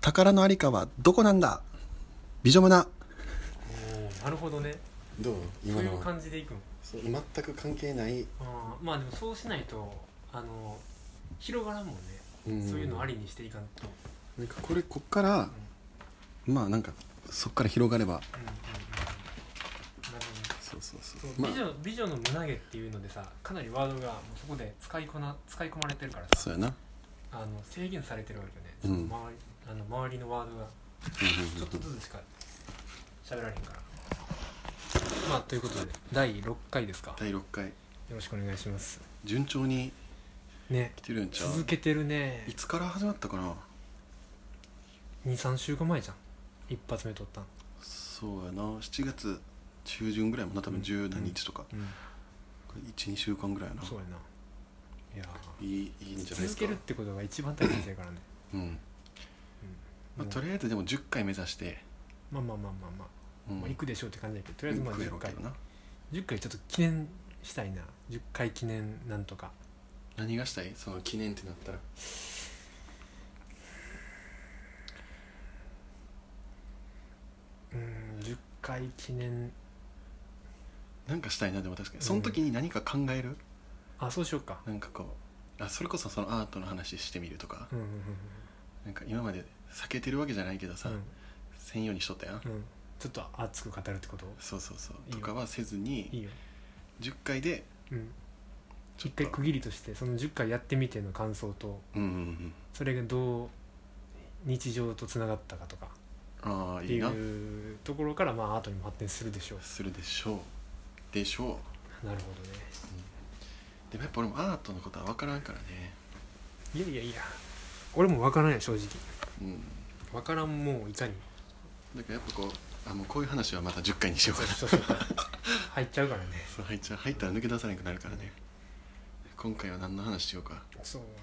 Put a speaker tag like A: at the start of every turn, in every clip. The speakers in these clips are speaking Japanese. A: 宝のありかはどこなんだ美女村
B: おーなるほどね
C: どう
B: そう
C: 今
B: い
C: の
B: う
C: は
B: 感じでいくの
C: そう全く関係ない、
B: あーまあでもそうしないとあの広がらんもんね、
C: うん
B: そういうのありにしていかんと、
C: なんかこれこっからまあなんかそっから広がれば
B: うんうんうん、なるほどね
C: そうそうそ
B: そうう
C: まあ
B: 美女美女の胸毛っていうのでさかなりワードがもうそこで使いこな使い込まれてるからさ
C: そうやな
B: あの制限されてるわけよね、
C: うん
B: その周りあの周りのワードがちょっとずつしか喋られへんからまあということで第6回ですか、よ
C: 第6回
B: ろしくお願いします
C: 順調に
B: ね
C: 来てるんちゃう
B: 続けてるね
C: いつから始まったかな
B: 23週間前じゃん一発目撮ったん
C: そうやな7月中旬ぐらいもな多分十何日とか、
B: うん
C: 12週間ぐらいやな
B: そうやないやー
C: いいいいんじゃないです
B: 続
C: か
B: けるってことが一番大切やからね、
C: うん
B: うん
C: まあ、とりあえずでも10回目指して、
B: まあまあまあまあまあ、
C: うん
B: まあ、いくでしょうって感じだけどとりあえずまあ
C: 行くやろ
B: 10
C: うけ
B: 回
C: どな
B: 10回ちょっと記念したいな10回記念なんとか
C: 何がしたいその記念ってなったら
B: うーん10回記念
C: なんかしたいなでも確かにその時に何か考える、
B: あそうしようか
C: なんかこうあそれこそそのアートの話してみるとか、
B: うんうんうん
C: なんか今まで避けてるわけじゃないけどさ、
B: うん
C: 専用にしとったやん、
B: うんちょっと熱く語るってこと
C: そうそうそう
B: いいよ
C: とかはせず
B: い
C: に
B: いよ
C: 10回で
B: うん
C: ちょ
B: 一
C: っと
B: 回区切りとしてその10回やってみての感想と
C: うんうんうん
B: それがどう日常とつながったかとか
C: ああ
B: って
C: いい
B: い
C: な
B: うところからまあアートにも発展するでしょ
C: するでしょうでしょう
B: うなるほどね
C: でもやっぱ俺もアートのことは分からんからね
B: いやいやいや俺も分からんや正直
C: うん
B: 分からんもういかに
C: だからやっぱこうあもうこういう話はまた10回にしようかな
B: そうそうそう入っちゃうからね
C: そう入っちゃう入ったら抜け出さなくなるからね今回は何の話しようか
B: そうやな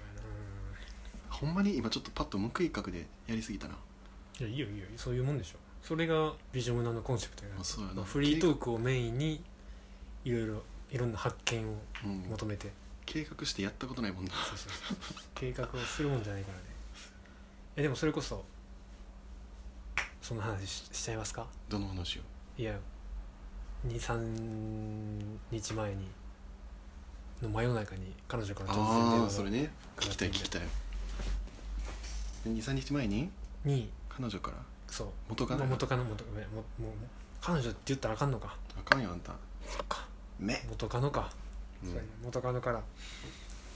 C: ほんまに今ちょっとパッと無計画でやりすぎたない
B: やいいよいいよそういうもんでしょそれがビジョムナのコンセプトやな
C: あそうやな
B: まあフリートークをメインにいろいろいろんな発見を
C: うん
B: 求めて、
C: 計画してやったことないもんな
B: そうそうそう計画をするもんじゃないからねえでもそれこそその話ししちゃいますか
C: どの話を
B: いや23日前にの真夜中に彼女から突然電
C: ああー
B: 話
C: それ
B: が
C: ね聞きたい聞きたい23日前に
B: に
C: 彼女から
B: そう
C: 元カ
B: ま
C: ノ
B: あ元カノ元ごめんももう彼女って言ったらあかんのか
C: あかんよあんた
B: そっか
C: ね
B: 元カノかそうやな元カノから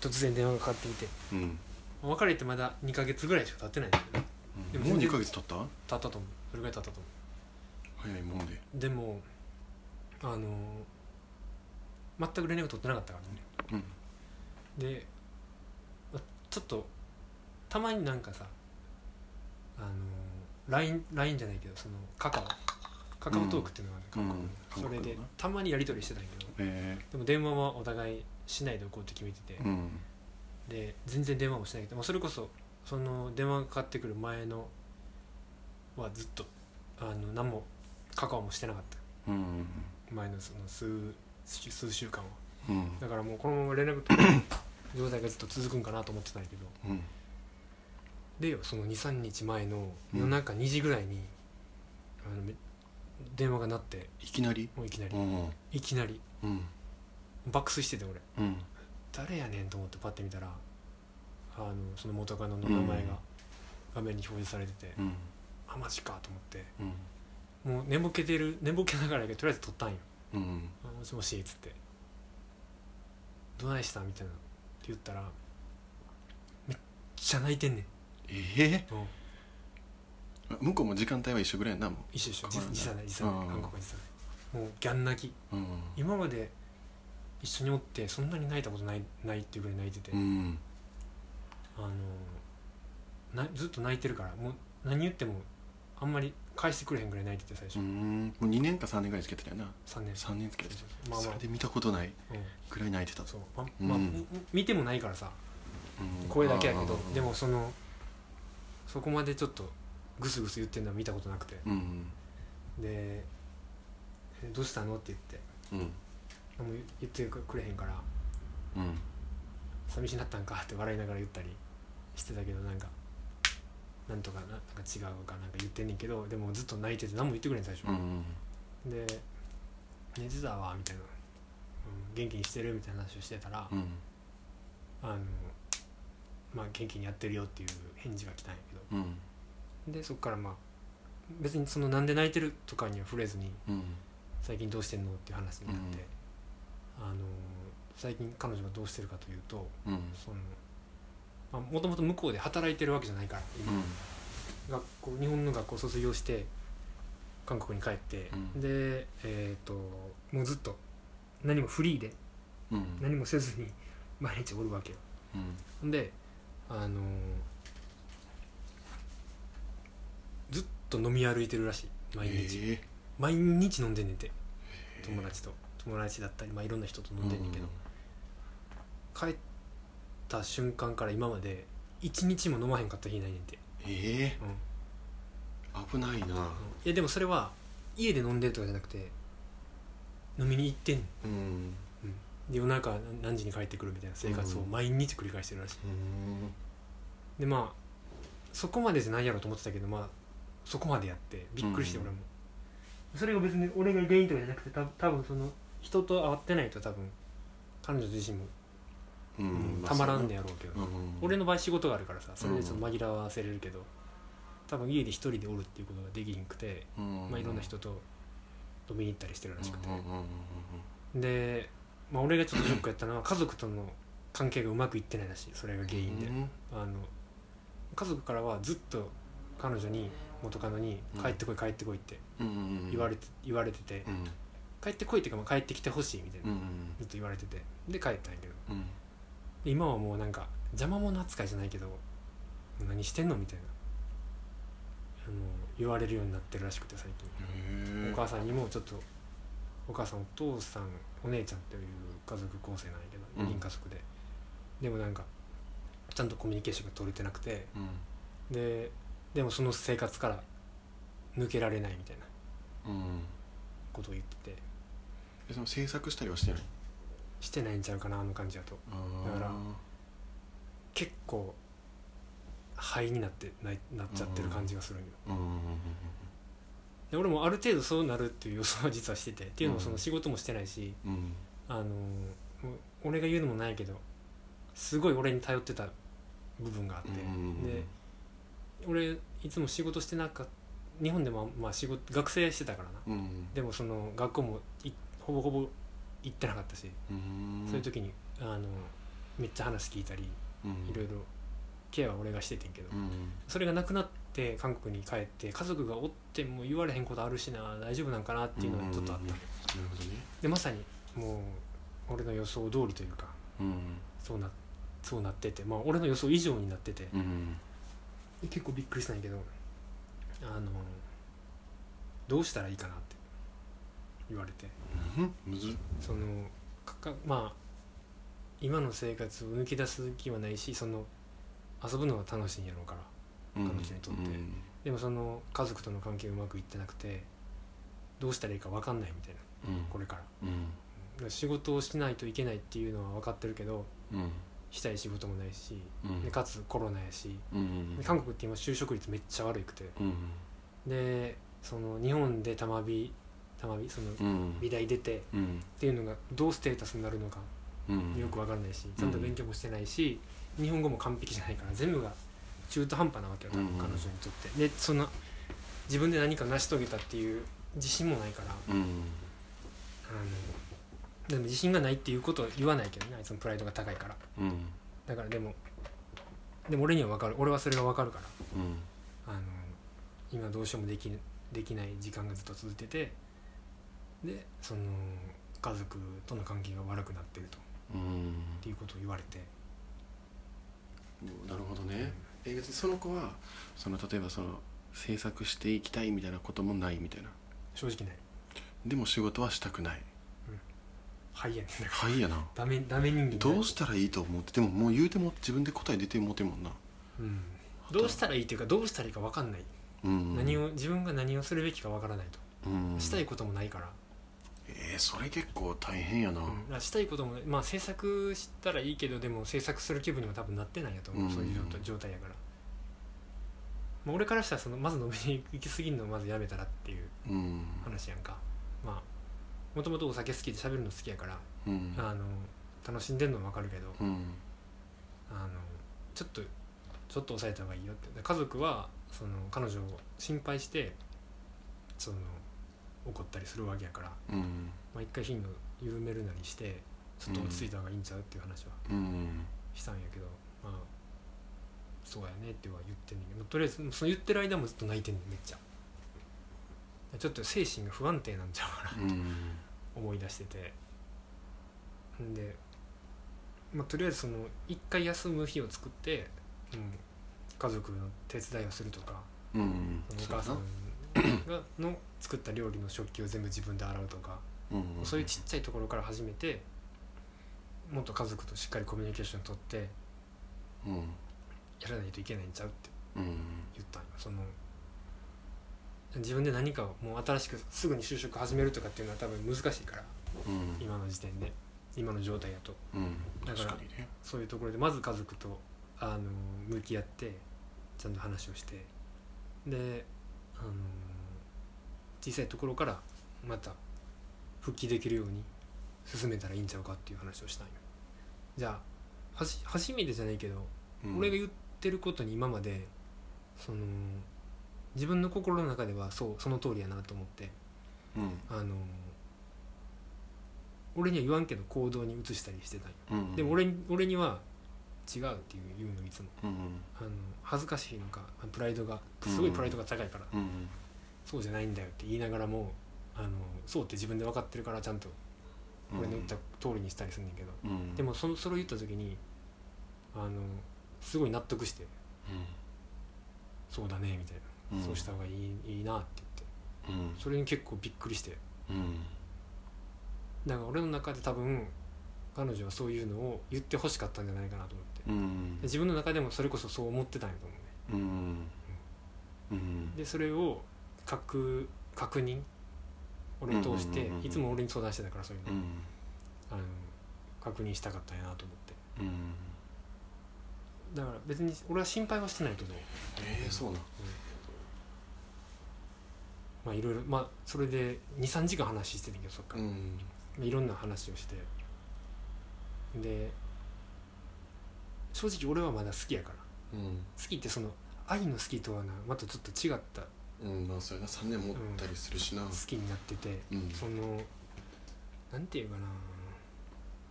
B: 突然電話がかかってきて
C: うん、うん
B: 別れてまだ2ヶ月ぐらいしか経ってないんだけど
C: う
B: で
C: ん、
B: も
C: もう
B: 全然
C: 2ヶ月経った
B: 経ったと思うそれぐらい経ったと思
C: 早いもんで
B: うでもあの全く連絡取ってなかったか
C: うん
B: らねでまちょっとたまになんかさあの LINE, LINE じゃないけどそのカカオカカオトークっていうのがある
C: うん
B: カカオ
C: うん韓国
B: のそれで
C: のな
B: たまにやり取りしてたんやけど
C: え
B: でも電話はお互いしないでおこうって決めてて、
C: ー、うん
B: で全然電話もしないけど、まあ、それこそその電話がかかってくる前のはずっとあの何もカカオもしてなかった
C: うん
B: 前のその数数数週間は
C: うん
B: だからもうこのまま連絡取れない状態がずっと続くんかなと思ってたんやけど
C: うん
B: でよその23日前の
C: うん
B: 夜中2時ぐらいに、あのめ電話が鳴って
C: いきなり
B: もういきなり、
C: うん
B: いきなり
C: うん
B: 爆睡してて俺
C: うん
B: 誰やねんと思ってパッて見たらあのその元カノの名前
C: うん
B: が画面に表示されてて、
C: うん
B: あマジかと思って
C: うん
B: もう寝ぼけてる寝ぼけながらやけどとりあえず撮ったんよ
C: うん
B: 「あもしもし」っつって「どないした?」みたいなって言ったらめっちゃ泣いてんねん
C: え
B: もう
C: え向こうも時間帯は一緒ぐらいやんなも
B: 一緒一緒
C: 変わらんな
B: 時差ない時差な
C: う
B: い
C: ん
B: 韓国は時差ないもうギャン泣き
C: ううん
B: 今まで一緒におってそんなに泣いたことないないっていうぐらい泣いてて、
C: うん
B: あのなずっと泣いてるからもう何言ってもあんまり返してくれへんぐらい泣いてて最
C: う
B: 初、
C: んもう2年か3年ぐらいつけてたよな
B: 3年
C: 3年つけてた
B: まあま
C: そ
B: あ
C: れで見たことない
B: うん
C: ぐらい泣いてたぞ
B: そうままあ
C: うん
B: み見てもないからさ
C: うん
B: 声だけやけ
C: あ
B: ど
C: ー
B: でもそのそこまでちょっとグスグス言ってるのは見たことなくて
C: うん
B: でえ「どうしたの?」って言って
C: うん
B: 何も言ってくれへんから
C: うん
B: 「寂しになったんか」って笑いながら言ったりしてたけどなんかなんとかななんか違うかなんか言ってんねんけどでもずっと泣いてて何も言ってくれん最初、
C: うん
B: で「寝てたわ」みたいな、うん「元気にしてる?」みたいな話をしてたら「
C: うん
B: あのまあ、元気にやってるよ」っていう返事が来たんやけど
C: うん
B: でそっからまあ別にそのなんで泣いてるとかには触れずに
C: うん
B: 「最近どうしてんの?」っていう話になって、あの最近彼女がどうしてるかというと
C: うんうん
B: そのまあもともと向こうで働いてるわけじゃないから今、学校日本の学校を卒業して韓国に帰って、
C: うん
B: でえっ、ともうずっと何もフリーで
C: うん
B: 何もせずに 毎日おるわけよほんであのーずっと飲み歩いてるらしい毎日、
C: え
B: 毎日飲んでんねんて
C: え
B: 友達と友達だったり、まあ、いろんな人と飲んでんねんけど、帰った瞬間から今まで一日も飲まへんかった日ないねんて、
C: ええ
B: うん、
C: 危ないな
B: えでもそれは家で飲んでるとかじゃなくて飲みに行ってんの
C: うん
B: で夜中何時に帰ってくるみたいな生活を
C: うん
B: 毎日繰り返してるらしい、
C: うん
B: でまあそこまでじゃないやろと思ってたけどまあそこまでやってびっくりして
C: うん
B: 俺も、それが別に俺が原因とかじゃなくてた多分その人と会ってないと多分彼女自身も、
C: う
B: たまらんねやろうけど、
C: うん
B: 俺の場合仕事があるからさそれでちょっと紛らわせれるけど、多分家で一人でおるっていうことができひんくて、
C: うん
B: まあ、いろんな人と飲みに行ったりしてるらしくて、
C: うんうんうんうん
B: で、まあ、俺がちょっとショックやったのは 家族との関係がうまくいってないらしいそれが原因で、
C: うん
B: あの家族からはずっと彼女に元カノに
C: う
B: 「
C: ん
B: 帰ってこい帰ってこい」って
C: うんうん
B: 言われて,、言われてて
C: うん
B: 「帰ってこい」っていうか、まあ、帰ってきてほしいみたいな、
C: うん
B: ずっと言われててで帰ったんやけど
C: うん
B: で今はもうなんか邪魔者扱いじゃないけど「何してんの?」みたいなあの言われるようになってるらしくて最近。
C: へえ
B: お母さんにもちょっとお母さんお父さんお姉ちゃんという家族構成なんやけど
C: うん
B: 4人家族で、でもなんかちゃんとコミュニケーションが取れてなくて
C: うん
B: ででもその生活から抜けられないみたいな
C: うん
B: ことを言ってて
C: えその制作したりはしてない
B: してないんちゃうかなあの感じだとだから結構灰になってないなっちゃってる感じがするんよ、
C: らうんうんうんうん
B: で俺もある程度そうなるっていう予想は実はしててっていうのも
C: うん
B: その仕事もしてないし、
C: うん
B: あのーもう俺が言うのもないけどすごい俺に頼ってた部分があって、
C: うん
B: で俺いつも仕事してなかっ日本でも、まあ、仕事学生してたからな
C: うん
B: でもその学校もいほぼほぼ行ってなかったし、
C: うん
B: そういう時にあのめっちゃ話聞いたりいろいろケアは俺がしててんけど、
C: うん
B: それがなくなって韓国に帰って家族がおっても言われへんことあるしな大丈夫なんかなっていうのはちょっとあ
C: う
B: った、
C: んうんなるほどね
B: でまさにもう俺の予想通りというか
C: うん
B: そうなそうなっててまあ俺の予想以上になってて、
C: うん
B: 結構びっくりしたんやけどあのどうしたらいいかなって言われて
C: うんむずっ
B: そのかかまあ今の生活を抜け出す気はないしその遊ぶのは楽しいんやろうから
C: 彼
B: 女にとってでもその家族との関係うまくいってなくてどうしたらいいか分かんないみたいなこれから
C: うん
B: だから仕事をしないといけないっていうのは分かってるけど
C: うん
B: したい仕事もないし
C: うん
B: でかつコロナやし
C: うん
B: で韓国って今就職率めっちゃ悪くて
C: うん
B: でその日本でたまびたまびその
C: うん
B: 美大出てっ
C: うん
B: ていうのがどうステータスになるのか
C: うん
B: よくわからないしちゃんと勉強もしてないし日本語も完璧じゃないから全部が中途半端なわけよ多分
C: うん
B: 彼女にとってでそんな自分で何か成し遂げたっていう自信もないからあ
C: うん
B: のでも自信がないっていうことは言わないけどねあいつのプライドが高いから
C: うん
B: だからでもでも俺にはわかる俺はそれがわかるから
C: うん
B: あの今どうしようもできできない時間がずっと続いててでその家族との関係が悪くなってると
C: うん
B: っていうことを言われて
C: なるほどねえ別にその子はその例えばその制作していきたいみたいなこともないみたいな
B: 正直ね
C: でも仕事はしたくない
B: はいやねん だから
C: はいやな
B: ダメダメ人間 だ
C: どうしたらいいと思ってでももう言うても自分で答え出てもうてるもんな
B: うん、どうしたらいいっていうかどうしたらいいか分かんない、
C: うん
B: 何を自分が何をするべきか分からないと、
C: うん
B: したいこともないから、
C: えー、それ結構大変やな
B: うんだからしたいこともないまあ制作したらいいけどでも制作する気分にも多分なってないやと思う、
C: うん
B: そういう状態状態やからまあ、俺からしたらそのまず飲みに行き過ぎるのをまずやめたらっていう
C: うん
B: 話やんかまあもともとお酒好きで喋るの好きやから、
C: うん
B: あの楽しんでんのも分かるけど
C: うん
B: あのちょっとちょっと抑えた方がいいよってで家族はその彼女を心配してその怒ったりするわけやから、
C: うん
B: まあ、一回頻度緩めるなりしてちょっと落ち着いた方がいいんちゃうっていう話は
C: うん
B: したんやけど、まあそうやねっては言ってんねんけどとりあえず その言ってる間もずっと泣いてんねんめっちゃちょっと精神が不安定なんちゃうか な
C: うん
B: 思い出しててんで、まあ、とりあえずその一回休む日を作って、うん、家族の手伝いをするとか
C: うん
B: そのお母さんが の作った料理の食器を全部自分で洗うとか、
C: うん
B: そういうちっちゃいところから始めてもっと家族としっかりコミュニケーション取って
C: うん
B: やらないといけないんちゃうって
C: うん
B: 言ったんよその自分で何かをもう新しくすぐに就職始めるとかっていうのは多分難しいから
C: うん
B: 今の時点で今の状態だと
C: うん
B: だから
C: 確かにね
B: そういうところでまず家族とあの向き合ってちゃんと話をしてであの小さいところからまた復帰できるように進めたらいいんちゃうかっていう話をしたんよじゃあはじ初めてじゃないけど、
C: うん
B: 俺が言ってることに今までその自分の心の中ではそうその通りやなと思って
C: うん
B: あの俺には言わんけど行動に移したりしてたんよ
C: うん
B: でも俺に俺には違うっていう言うのいつも
C: うん
B: あの恥ずかしいのかプライドがすごいプライドが高いから、
C: うん
B: そうじゃないんだよって言いながらもあのそうって自分で分かってるからちゃんと俺の言った通りにしたりするんだけど、
C: うん
B: でもそのそれを言った時にあのすごい納得して「そうだね」みたいな、
C: うん
B: そうした方がいいいいなって言って
C: うん
B: それに結構びっくりして
C: うん
B: だから俺の中で多分彼女はそういうのを言ってほしかったんじゃないかなと思ってで
C: うん
B: 自分の中でもそれこそそう思ってたんやと思うね
C: うんうん
B: でそれを確確認俺を通し
C: うん
B: て
C: うんうんうん
B: いつも俺に相談してたからそういう
C: う
B: の,、
C: ん
B: あの確認したかったんやなと思っ
C: う
B: て
C: ん
B: だから別に俺は心配はしてないけど、
C: ええそうな
B: まあいろいろまあそれで23時間話してるけどそっから、
C: ん
B: まあいろんな話をしてで正直俺はまだ好きやから
C: うん
B: 好きってその愛の好きとはなまたちょっと違った
C: うんまあそうやな3年持ったりするしな
B: 好きになってて、
C: うん
B: そのなんていうか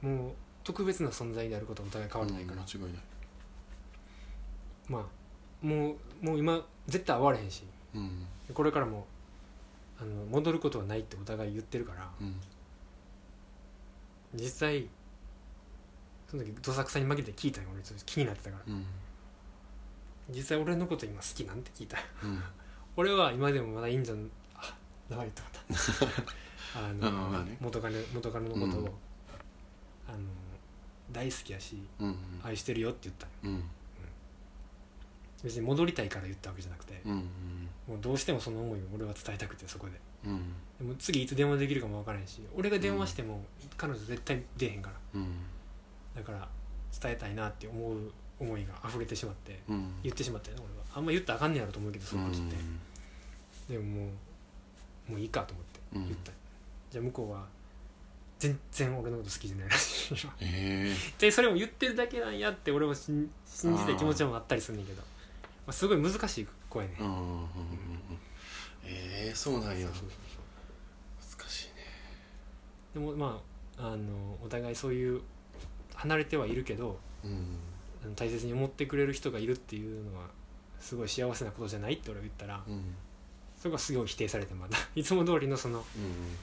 B: なもう特別な存在であることはお互い変わらない
C: う
B: から、
C: ん間違いない
B: まあもうもう今絶対会われへんし
C: うん
B: これからもあの戻ることはないってお互い言ってるから
C: うん
B: 実際その時どさくさに紛れて聞いたよ俺ちょっと気になってたから
C: うん
B: 実際俺のこと今好きなんて聞いた
C: うん
B: 俺は今でもまだいいんじゃんあ名前言っても らったあの
C: あまあね
B: 元カノ元カノのことを、
C: うん
B: あの大好きやし
C: うん
B: 愛してるよって言ったよ
C: うん
B: 別に戻りたいから言ったわけじゃなくて、
C: うん
B: もうどうしてもその思いを俺は伝えたくてそこで
C: うん
B: でも次いつ電話できるかも分からへんし俺が電話しても彼女絶対出へんから、
C: うん
B: だから伝えたいなって思う思いが溢れてしまって
C: うん
B: 言ってしまったよね俺はあんま言ったらあかんねやろと思うけどその時って、でももうもういいかと思って
C: うん
B: 言った、じゃあ向こうは全然俺のこと好きじゃないらしい
C: え
B: でそれも言ってるだけなんやって俺も信信じたい気持ちもあったりするんだけど、まあ、すごい難しい声ね、
C: えうんうんええそうなんや
B: そうそうそうそう
C: 難しいね
B: でもまああのお互いそういう離れてはいるけど
C: うん
B: あの大切に思ってくれる人がいるっていうのはすごい幸せなことじゃないって俺は言ったら
C: うん
B: そこはすごい否定されてまだ いつも通りのその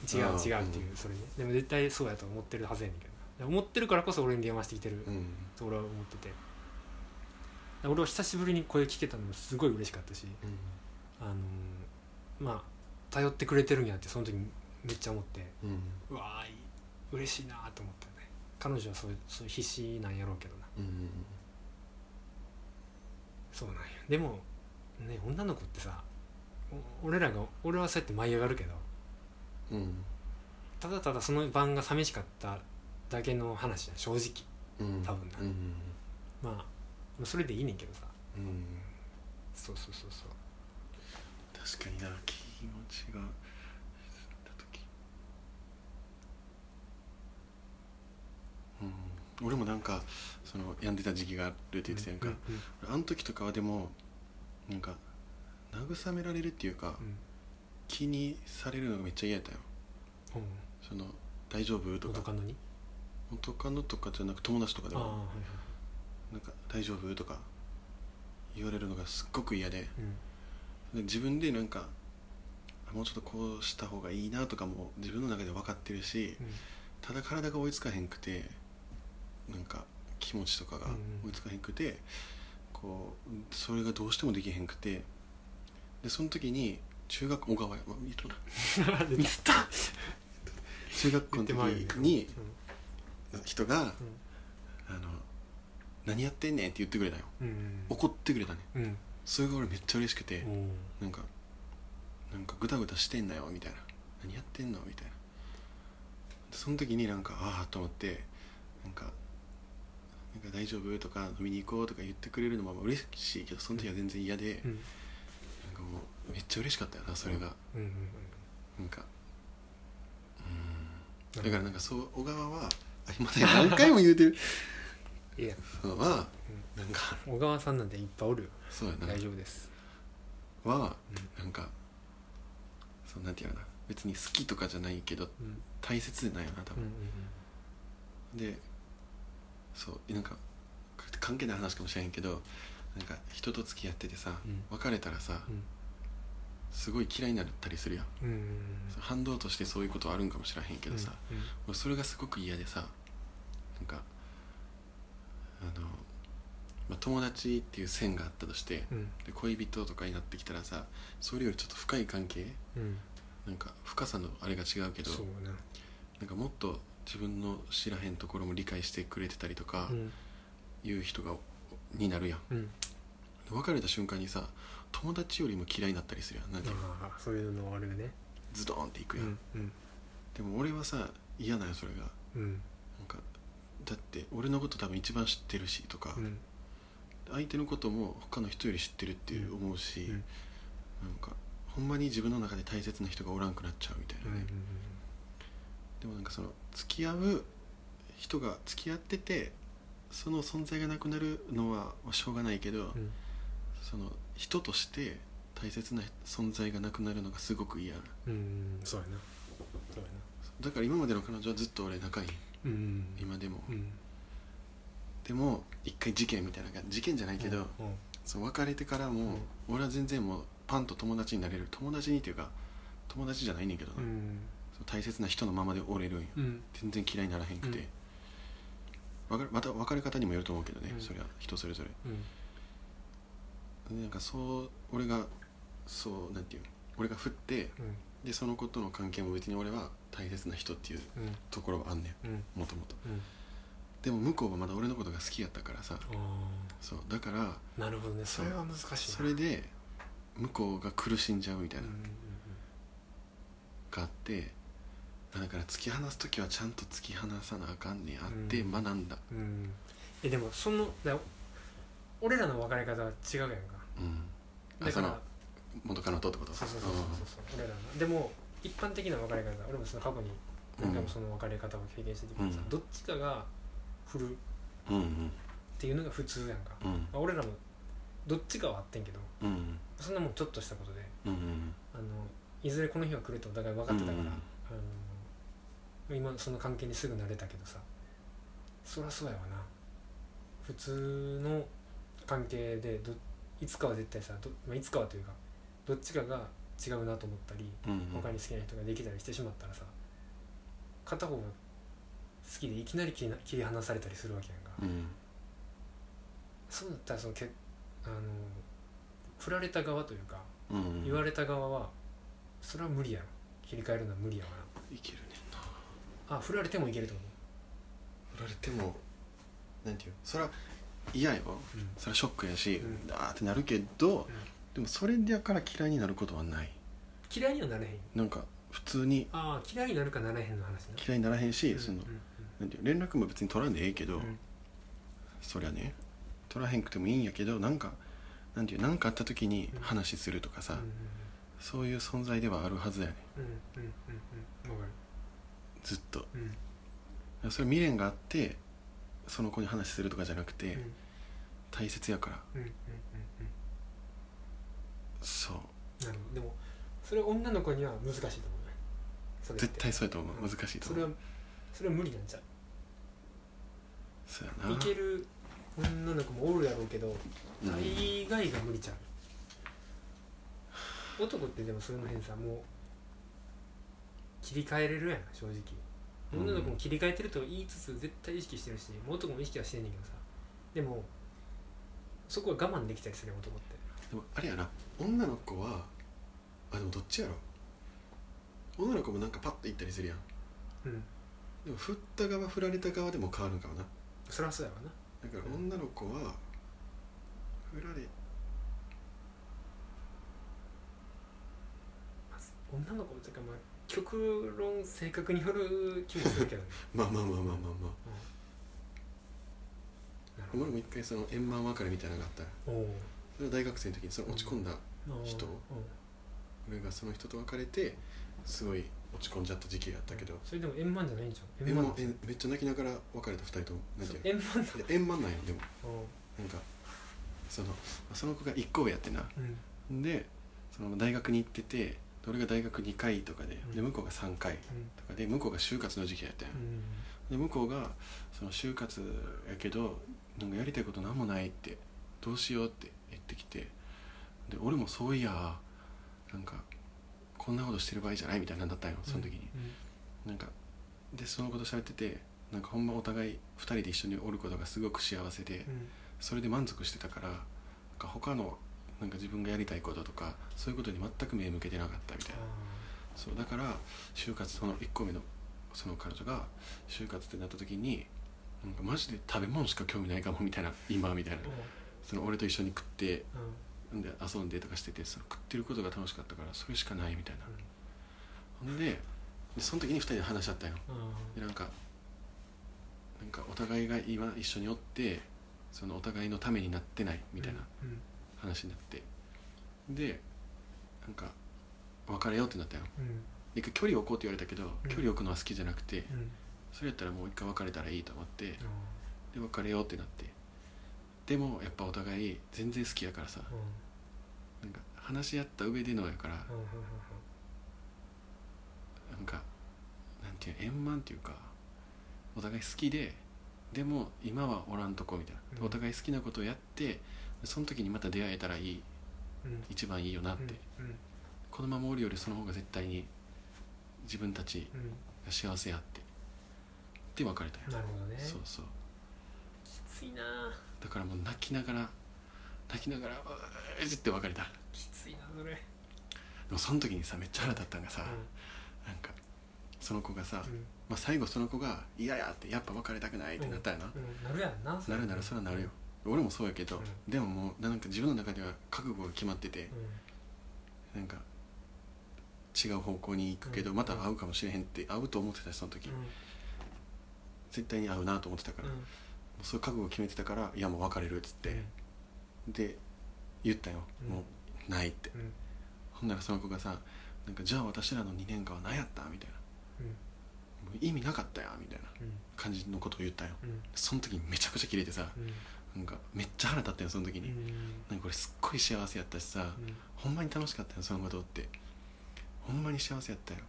B: 違う違うっていうそれねでも絶対そうやと思ってるはずやねんけどなで思ってるからこそ俺に電話してきてる
C: うん
B: と俺は思っててで俺は久しぶりに声聞けたのもすごい嬉しかったし
C: うん
B: あのまあ頼ってくれてるんやってその時めっちゃ思って
C: うん
B: うわーい嬉しいなと思ったよね彼女はそういうそういう必死なんやろうけどな
C: うん
B: そうなんやでもね女の子ってさお俺らが俺はそうやって舞い上がるけど
C: うん
B: ただただその晩が寂しかっただけの話や正直
C: うん
B: 多分な
C: うん
B: まあそれでいいねんけどさ
C: うん
B: そうそうそうそう
C: 確かにな気持ちが沈んだ時うん俺もなんかその病んでた時期があるって言ってたやんか、
B: うんうん
C: あの時とかはでもなんか慰められるっていうか、気にされるのがめっちゃ嫌だよ
B: うんうん
C: その「大丈夫?」と
B: 元
C: か
B: カノに
C: 元カノとかじゃなく友達とかで
B: ああ
C: も
B: はいは
C: 「
B: い
C: なんか大丈夫?」とか言われるのがすっごく嫌で
B: うん
C: で自分でなんかあもうちょっとこうした方がいいなとかも自分の中で分かってるし
B: うん
C: ただ体が追いつかへんくてなんか気持ちとかが
B: うんうん
C: 追いつかへんくて、こうそれがどうしてもできへんくてでその時に中学小川や、まあ、言っとらん
B: 出た
C: 中学校の
B: 言っ
C: 時
B: てまうよね
C: に
B: うん
C: 人が「あの何やってんねん」って言ってくれたよ
B: うん
C: 怒ってくれたね
B: うんうん
C: それが俺めっちゃ嬉しくて、
B: うん
C: なんかなんかグタグタしてんだよみたいな何やってんのみたいなその時になんかああと思ってなんか「なんか大丈夫?」とか「飲みに行こう」とか言ってくれるのもまあ嬉しいけどその時は全然嫌で、
B: うん
C: なんかもうめっちゃ嬉しかったよなそれが、
B: うんうん
C: なんか
B: うん
C: だからなんかそう小川はあ今だよ何回も言うてる
B: いや
C: そうはなんか
B: 小川さんなんていっぱいおるよ
C: そうやな
B: 大丈夫です
C: は
B: う
C: なんかそうなんていうのかな別に好きとかじゃないけど
B: うん
C: 大切なんやな多
B: うん
C: 分、でそうなんか関係ない話かもしれへんけどなんか人と付き合っててさ、
B: うん
C: 別れたらさ、
B: うん
C: すごい嫌いになったりするやん、
B: うんうんうんうん
C: そう反動としてそういうことあるんかもしれへんけどさ、
B: うんうん
C: 俺それがすごく嫌でさなんかあの、まあ、友達っていう線があったとして
B: うん
C: で恋人とかになってきたらさそれよりちょっと深い関係
B: うん
C: なんか深さのあれが違うけど
B: そうね
C: なんかもっと自分の知らへんところも理解してくれてたりとか、
B: うん
C: いう人がになるやん
B: うん
C: 別れた瞬間にさ友達よりも嫌いになったりするやんなんか
B: ああそういうのあるよね
C: ズドーンっていく
B: う
C: やん、
B: んうん
C: でも俺はさ嫌なんよそれがなん
B: うん
C: かだって俺のこと多分一番知ってるしとか、
B: うん
C: 相手のことも他の人より知ってるっていう思うし、
B: うん
C: なんかほんまに自分の中で大切な人がおらんくなっちゃうみたい
B: う
C: な
B: んうん
C: ね、でもなんかその付き合う人が付き合っててその存在がなくなるのはしょうがないけど、
B: うん
C: その人として大切な存在がなくなるのがすごく嫌な
B: うんそうやなそうやな
C: だから今までの彼女はずっと俺仲いい
B: うん
C: 今でも、
B: うん
C: でも一回事件みたいな感じ事件じゃないけど、
B: うん
C: そう別れてからも、俺は全然もうパンと友達になれる友達にっていうか友達じゃないねんけどな、
B: うん
C: その大切な人のままでおれるんよ
B: うん
C: 全然嫌いにならへんくて、わかるまた別れ方にもよると思うけどね、
B: うん
C: それは人それぞれ
B: うん
C: でなんかそう俺がそうなんていうの俺が振って
B: うん
C: でその子との関係も別に俺は大切な人っていう
B: うん
C: ところはあんね
B: うん
C: んもともと
B: うん
C: でも向こうはまだ俺のことが好きやったからさ
B: あ
C: そうだから
B: あなるほどね
C: そ
B: そうれは難しいな
C: それで向こうが苦しんじゃうみた
B: う
C: い
B: ん
C: なのがあって、だから突き放す時はちゃんと突き放さなあかんねんあって
B: うん
C: 学んだ
B: うんうんうんえでもそのだ俺らの別れ方は違うやんか
C: うん、あ
B: だ
C: そ
B: か
C: の
B: ら
C: 元カノとってこと
B: そうそうそうそうそう俺らのでも一般的な別れ方俺もその過去に何回もその別れ方を経験してきてさ、
C: うん
B: どっちかが振るっ
C: うんうん
B: ていうのが普通やんか、
C: うんうん
B: まあ俺らもどっちかはあってんけど
C: うん
B: そんなもんちょっとしたことで
C: うんうん
B: あのいずれこの日が来るとお互い分かってたから、
C: うん
B: あの今その関係にすぐ慣れたけどさそりゃそうやわな普通の関係でどいつかは絶対さど、まあ、いつかはというかどっちかが違うなと思ったり
C: うんうん
B: 他に好きな人ができたりしてしまったらさ片方が好きでいきなり切りな切り離されたりするわけやんか、
C: うん
B: そうだったらそのけあの振られた側というか
C: うん
B: 言われた側はそれは無理やろ切り替えるのは無理やわ
C: いけるねんな
B: なあ振られてもいけると思
C: 振られてもなんていうそら嫌よ
B: う、うん
C: それはショックやし、
B: うん
C: あーってなるけど、でもそれだから嫌いになることはない
B: 嫌いにはなれへん
C: なんか普通に
B: ああ嫌いになるかならへんの話な
C: 嫌いにならへんし、
B: うん
C: その
B: うん
C: なんていう連絡も別に取らんでええけど、
B: うん
C: そりゃね取らへんくてもいいんやけどなんかなんていう何かあった時に話するとかさ、
B: うんうん
C: そういう存在ではあるはずやね
B: うんうんうんうんわか
C: ずっと
B: るうん
C: それ未練があってその子に話するとかじゃなくて、
B: うん
C: 大切やから
B: うんうんうんうん
C: そう
B: なるほどでもそれ女の子には難しいと思うねそれって
C: 絶対そうやと思う、
B: うん
C: 難しいと
B: そ
C: 思
B: れ
C: う
B: はそれは無理なんちゃう
C: そうや
B: いける女の子もおるやろうけど
C: なうん
B: 大概が無理ちゃう男ってでもそれの辺さもう切り替えれるやん正直
C: うん
B: 女の子も切り替えてると言いつつ絶対意識してるし男も意識はしてんねんけどさでもそこは我慢できたりするやん男って
C: でもあれやな女の子はあでもどっちやろ女の子もなんかパッと行ったりするやん
B: うん
C: でも振った側振られた側でも変わるんかもな
B: そりゃそうやわな
C: だから
B: うん
C: 女の子は振られ
B: まあ女の子っていうかまあ極論性格による気もす るけどね
C: まあまあまあまあまあまあ
B: なる
C: お
B: ほ
C: 前らも一回その円満別れみたいなのがあったら
B: どおう
C: それは大学生の時にその落ち込んだ
B: おう
C: 人
B: うん
C: 俺がその人と別れてすごい落ち込んじゃった時期があったけど、
B: それでも円満じゃないんじゃん
C: 円満
B: 円
C: えめっちゃ泣きながら別れた二人ともなんていうの
B: 満だ
C: いや円満なんよでも
B: おう
C: なんかそのその子が1個上やってな
B: うん
C: でその大学に行ってて俺が大学2回とかで
B: うん
C: で向こうが3回
B: うん
C: とかで向こうが就活の時期やったんや
B: う
C: で向こうがその就活やけどなんかやりたいことなんもないってどうしようって言ってきてで俺もそういやなんかこんなことしてる場合じゃないみたいなんだったんよ
B: ん
C: その時に、なんかでそのこと喋っててなんかほんまお互い2人で一緒におることがすごく幸せで、
B: うんうん
C: それで満足してたからなんか他のなんか自分がやりたいこととかそういうことに全く目向けてなかったみたいなそうだから就活その1個目のその彼女が就活ってなった時になんかマジで食べ物しか興味ないかもみたいな今みたいな
B: おう
C: その俺と一緒に食って
B: うん
C: んで遊んでとかしててその食ってることが楽しかったからそれしかないみたいなほんででその時に2人で話し合ったんよ
B: うん
C: でなんかなんかお互いが今一緒におってそのお互いのためになってないみたいな
B: うん
C: 話になってでなんか別れようってなったよ
B: うん
C: 一回距離を置こうって言われたけど、
B: うん
C: 距離を置くのは好きじゃなくて、
B: うん
C: それやったらもう一回別れたらいいと思ってで
B: おう
C: 別れようってなってでもやっぱお互い全然好きやからさ
B: うん
C: なんか話し合った上でのやから
B: うんうん
C: なんかなんていうの円満っていうかお互い好きででも今はおらんとこみたいな、
B: うん
C: お互い好きなことをやってその時にまた出会えたらいい
B: うんうん
C: 一番いいよなって、
B: うんうん
C: このままおるよりその方が絶対に自分たち
B: うん
C: が幸せやってで別れたよ、
B: なるほどね
C: そうそう
B: きついな
C: だからもう泣きながら泣きながら「うーって別れたで
B: きついなそれ
C: もその時にさめっちゃ腹立ったんがさ、
B: う
C: なんかその子がさ、
B: んうん
C: まあ、最後その子が「嫌や」ってやっぱ別れたくないってなったよな、
B: うんなるやんな
C: なるなるそれはなるよ俺もそうやけど、
B: うん
C: でももうなんか自分の中では覚悟が決まってて
B: う、ん
C: なんか違う方向に行くけど、
B: うん
C: また会うかもしれへんって会うと思ってたしその時、絶対に会うなと思ってたから、
B: うん
C: もうそういう覚悟を決めてたから「いやもう別れる」っつって、で言ったよ、
B: うん
C: もうないって
B: うん
C: ほんならその子がさ「なんかじゃあ私らの2年間は何やった?」みたいな
B: うん
C: 「もう意味なかったや」みたいな
B: うん
C: 感じのことを言ったよ
B: うん
C: その時にめちゃくちゃキレてさ
B: うん
C: なんかめっちゃ腹立ったよその時
B: う
C: に、
B: ん
C: なんか俺すっごい幸せやったしさ、
B: うん
C: ほんまに楽しかったよそのことってほんまに幸せやったよ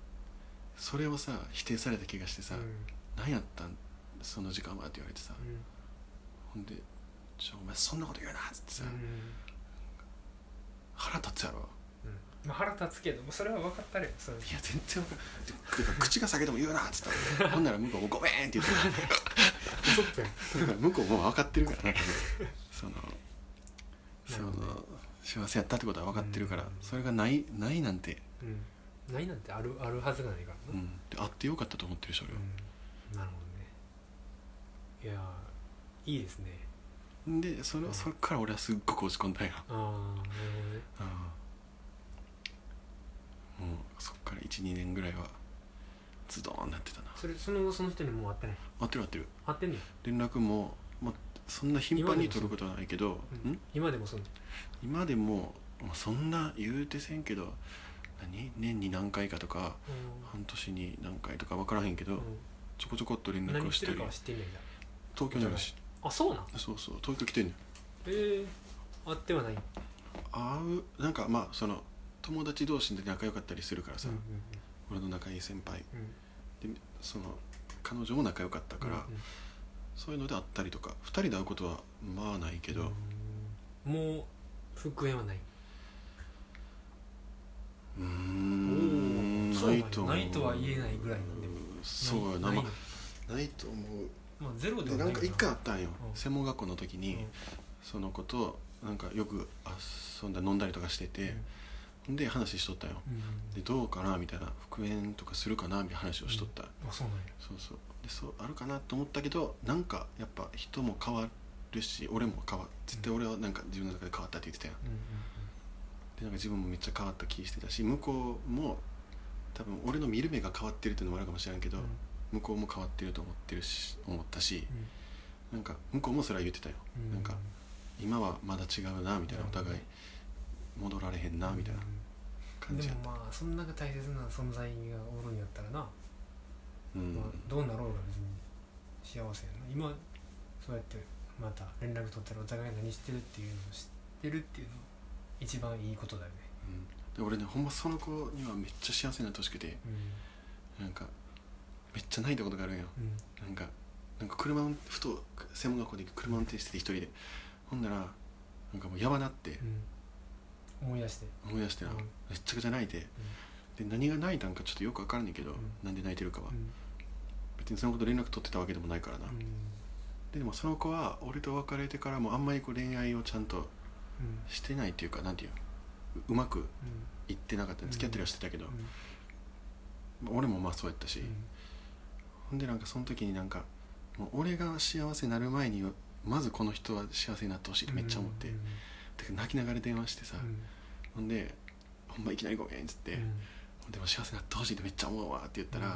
C: それをさ否定された気がしてさ「
B: うん
C: 何やったんその時間は」って言われてさ、
B: うん
C: ほんで「ちょお前そんなこと言うな」っつってさ、
B: うん
C: 腹立つやろ
B: うんまあ、腹立つけどもうそれは分かったれよそれ
C: いや全然わかんないてか口が裂けても言うなっつったのほんなら向こうも「ごめん」って言って
B: 嘘っぺん
C: だから向こうもう分かってるからなそのそ
B: なるほ
C: の幸せやったってことは分かってるから
B: うん
C: それがないないなんて、
B: うんないなんてあるあるはずがないから
C: う
B: な、
C: ん、であってよかったと思ってるし俺は、
B: うんなるほどねいやーいいですね
C: でそれ
B: うん
C: そっから俺はすっごく落ち込んだよ、
B: ああなるほどね
C: うん、もうそっから12年ぐらいはズドーンなってたな
B: それその後その人にもう会ってない
C: 合ってる合ってる
B: 会ってんのよ
C: 連絡もそんな頻繁に取ることはないけど
B: うん
C: ん
B: 今でもその
C: 今でも、まあ、そんな言うてせんけど何年に何回かとか半年に何回とか分からへんけど、
B: う
C: ちょこちょこっと連
B: ん、
C: 絡
B: 何
C: をし
B: して
C: てる
B: るかは知ってんねんだ
C: 東京にあるし
B: あそうなん
C: そうそう東京来てんねん
B: ええあってはない
C: 会うなんかまあその友達同士で仲良かったりするからさ、
B: うんうん
C: 俺の仲いい先輩
B: うんうん
C: でその彼女も仲良かったから、
B: うんうん
C: そういうので会ったりとか2人で会うことはまあないけど、
B: うんもう復縁はない
C: うーん
B: おー
C: ないと思う
B: そうなんやないとは言えないぐらいなんでも
C: そうやな
B: ない
C: ま
B: ない
C: あないと思う
B: まあゼロで
C: で
B: は
C: な
B: ない
C: ん
B: よ
C: か一回あったんよ、
B: うん
C: 専門学校の時に、
B: うん
C: その子となんかよく遊んだ飲んだりとかしてて、ほんで話しとったんよ
B: うん
C: でどうかなみたいな復縁とかするかなみたいな話をしとった、
B: あそうなんや
C: そうそうでそうあるかなと思ったけどなんかやっぱ人も変わるし俺も変わる絶対俺はなんか自分の中で変わったって言ってたやん
B: うんうん
C: でなんか自分もめっちゃ変わった気してたし向こうも多分俺の見る目が変わってるっていうのもあるかもしれんけど、
B: うんうん
C: 向こうも変わってると思ってるし思ったし
B: うん
C: なんか向こうもそれは言ってたよ、
B: うん
C: なんか今はまだ違うなみたいな
B: うん
C: お互い戻られへんなみたいな感じ
B: で
C: やっ
B: も
C: た
B: まあそんな大切な存在がおるんやったらな、
C: うん、
B: まあ、どうなろうが別に幸せやな今そうやってまた連絡取ったらお互い何してるっていうのを知ってるっていうのが一番いいことだよね、
C: で俺ねほんまその子にはめっちゃ幸せになってほしくて
B: う
C: なんかめっちゃ泣いたことがあるんよ
B: んうん、
C: なんかなんか車運ふと専門学校で車運転してて一人でほんならなんかもうやばなって
B: うん、思い出して、
C: 思い出してな、
B: うん
C: めっちゃくちゃ泣いて、で何が泣いたんかちょっとよく分からんねんけど、
B: うん
C: なんで泣いてるかは、
B: うん
C: 別にそのこと連絡取ってたわけでもないからな、
B: うん
C: ででもその子は俺と別れてからもあんまりこう恋愛をちゃんと
B: うん
C: してないっていうかなんていうのううまくいってなかった
B: うん
C: 付き合ったりはしてたけど、
B: うん
C: まあ俺もまあそうやったし、ほんでなんかその時になんかもう俺が幸せになる前にまずこの人は幸せになってほしいってめっちゃ思って、
B: うん
C: てか泣きながら電話してさ、
B: うん
C: ほんで「ほんまいきなりごめん」っつって、
B: うん
C: でも幸せになってほしいってめっちゃ思うわ」って言ったら、
B: うん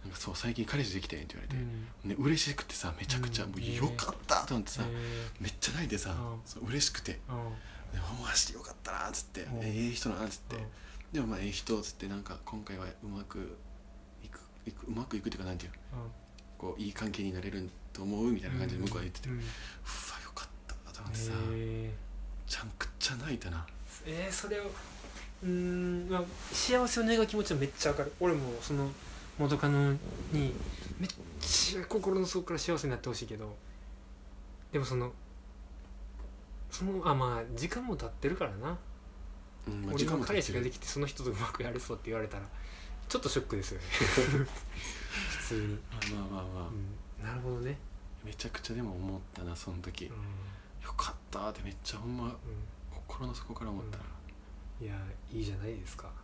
C: なんかそう最近彼氏できてん」って言われて、
B: うん
C: で嬉しくてさめちゃくちゃ、
B: うん
C: もうよかったと思ってさ、
B: え
C: めっちゃ泣いてさ、
B: うん
C: そう嬉しくて
B: ー
C: 「でも走ってよかったな」っつって「
B: うん
C: ええ人なん」っつっ
B: う
C: て、
B: ん
C: でもまあええ人っつってなんか今回はうまくいくいくうまくいくっていうかなんていうのこういい関係になれると思うみたいな感じで向こうは言ってて、
B: う
C: うん
B: うん
C: わよかったと思ってさ、
B: え
C: ちゃんくっちゃ泣いたな
B: ーえーそれをうーん、まあ、幸せを願う気持ちはめっちゃわかる俺もその元カノにめっちゃ心の底から幸せになってほしいけどでもそのそのあまあ時間も経ってるからな
C: うんまあ
B: 俺の
C: も経
B: 彼
C: っ
B: 氏
C: て
B: が
C: る
B: できてその人とうまくやれそうって言われたらちょっとショックですよ ね普通に、
C: まあまあまあまあ、
B: うん、なるほどね、
C: めちゃくちゃでも思ったなその時、
B: うん
C: よかったってめっちゃほんま
B: う
C: 心の底から思ったな、
B: ん、いやいいじゃないですかなる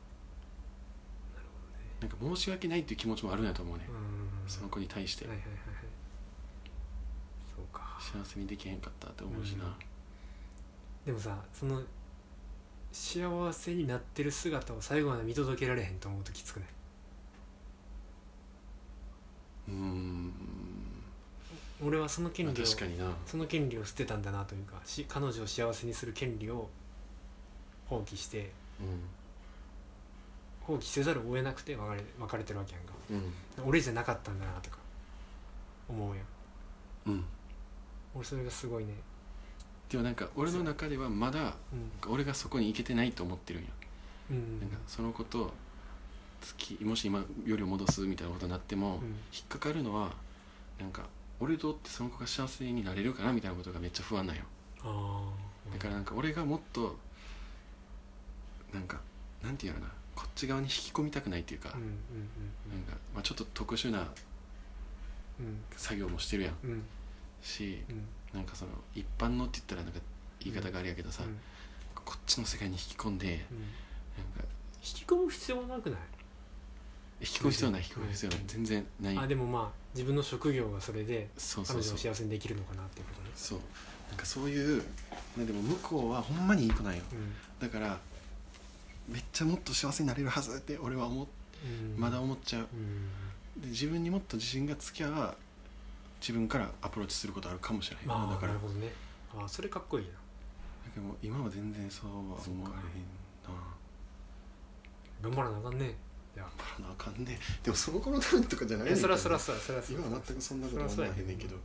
B: ほ
C: なんか申し訳ないっていう気持ちもあるんやと思うね、
B: どねうん
C: その子に対して、
B: はいはいはいはいそうか
C: 幸せにできへんかったって思うしな、
B: うんでもさその幸せになってる姿を最後まで見届けられへんと思うときつくない
C: うんん
B: 俺はその権
C: まあ
B: 利を
C: 確かにな
B: その権利を捨てたんだなというかし彼女を幸せにする権利を放棄して
C: う
B: 放棄せざるを得なくて別れ別れてるわけやんか
C: んうん
B: 俺じゃなかったんだなとか思うやん
C: うん
B: 俺それがすごいね
C: でもなんか俺の中ではまだ
B: うん
C: 俺がそこに行けてないと思ってるんや、
B: うん
C: なんかその子と付きもし今よりを戻すみたいなことになっても、
B: うん
C: 引っかかるのはなんか俺とってその子が幸せになれるかなみたいなことがめっちゃ不安なんよ
B: ああ
C: だからなんか俺がもっとなんかなんていうのかなこっち側に引き込みたくないっていうか、
B: うんうん
C: なんか、まあ、ちょっと特殊な
B: うんうん
C: 作業もしてるやん
B: うんうん
C: し
B: うん
C: なんかその一般のって言ったらなんか言い方があれやけどさ、
B: うん
C: こっちの世界に引き込んでなんか
B: うん引き込む必要なくない
C: 引き込む必要ない引き込む必要ない
B: うん
C: 全然ない
B: あでもまあ自分の職業がそれで
C: そうそ
B: 彼
C: う
B: 女
C: そ
B: を
C: う
B: 幸せにできるのかなっていうことね
C: そうなんかそういうねでも向こうはほんまにいい子なんよだからめっちゃもっと幸せになれるはずって俺は思っ
B: うん、うん、
C: まだ思っちゃう
B: うん
C: で自分にもっと自信がつきゃ自分からアプローチすることあるかもしれへん、
B: まあ
C: だから
B: なるほどねああそれかっこいいな
C: でも今は全然そうは思わへんな
B: 頑張らなあかんね
C: バラなあかんねでもその頃のためとかじゃない
B: いや
C: ねんけ
B: そ
C: どね
B: らそらそらそらそら
C: 今は全くそんなことは思わへんねんけど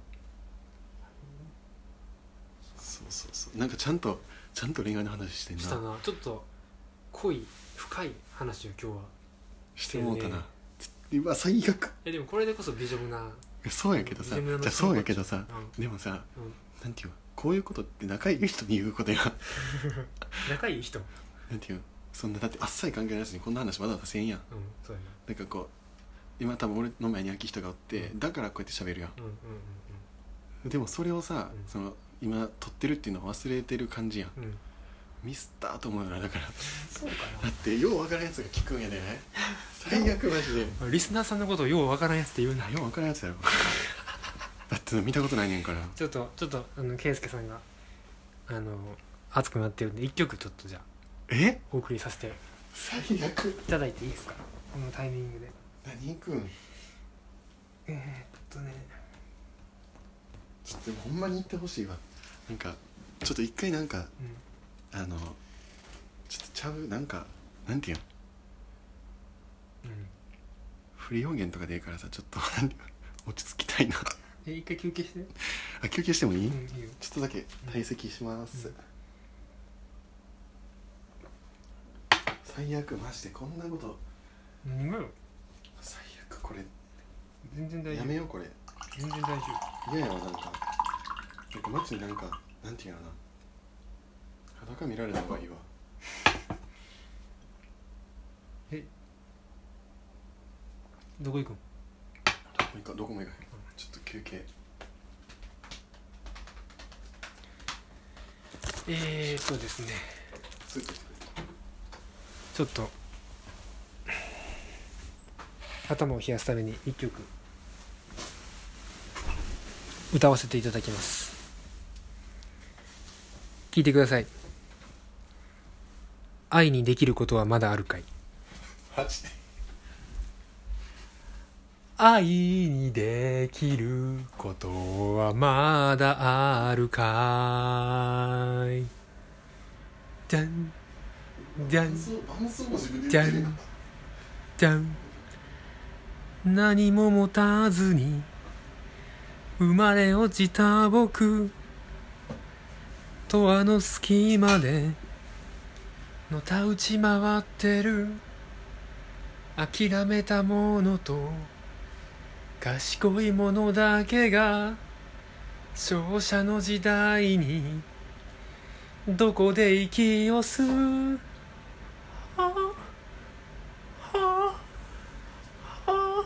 B: そ
C: そうそうそうなんかちゃんとちゃんと恋愛の話してんな
B: したなちょっと濃い深い話を今日は
C: してもうたな、
B: ね
C: うわ最悪
B: えでもこれでこそ美女な、
C: いやそうやけどさ
B: 自分の
C: じゃあそうやけどさ
B: う
C: でもさ
B: んうん、
C: なんていうのこういうことって仲いい人に言うことや
B: 仲いい人うん
C: なんていうのそんなだってあっさり関係ないやつにこんな話まだ出せんやん
B: そうや
C: なんかこう今多分俺の前に秋人がおって、
B: う
C: だからこうやって喋るや
B: なうんうん
C: んでもそれをさ、
B: うん
C: その今撮ってるっていうのを忘れてる感じやん
B: うんうんうん
C: ミスったと思うよなだから
B: そうか
C: だってよう分からんやつが聞くんやでね最悪マ ジでよ
B: なリスナーさんのことをようわからんやつって言うな
C: う分からんやつや ろだって見たことないねんから
B: ちょっとちょっとあの圭介さんがあの熱くなってるんで一曲ちょっとじゃあ
C: え
B: お送りさせてい
C: 最悪
B: ただいていいですかこのタイミングで
C: 何くん
B: えー、っとね
C: ちょっとでもほんまに言ってほしいわなんかちょっと一回なんか
B: うん
C: あのちょっとちゃうなんかなんていうの
B: 何
C: フリー音源とかでいいからさちょっとなんていうの落ち着き たいな
B: え一回休憩して
C: あ休憩してもいい、
B: うんいいよ
C: ちょっとだけ退席します、
B: うん
C: 最悪マジでこんなこと
B: 何がよ
C: 最悪これ
B: 全然大丈
C: や
B: 夫
C: めようこれ
B: 全然大丈
C: 嫌やわなんかなんかマジでなんかなんていうのかな裸見られた方がいいわ
B: 夫どこ行くん
C: どこもいかどこもいかへんちょっと休憩
B: えー、っとですね
C: ついてきて
B: ちょっと頭を冷やすために一曲歌わせていただきます聞いてください「愛にできることはまだあるかい」
C: マジで
B: 愛にできることはまだあるかい。じゃん、じゃん
C: 伴、奏伴奏も自分で言ってるやん
B: じゃん。何も持たずに生まれ落ちた僕。とあの隙間でのたうち回ってる。諦めたものと賢いものだけが勝者の時代にどこで息を吸うはあはあはあは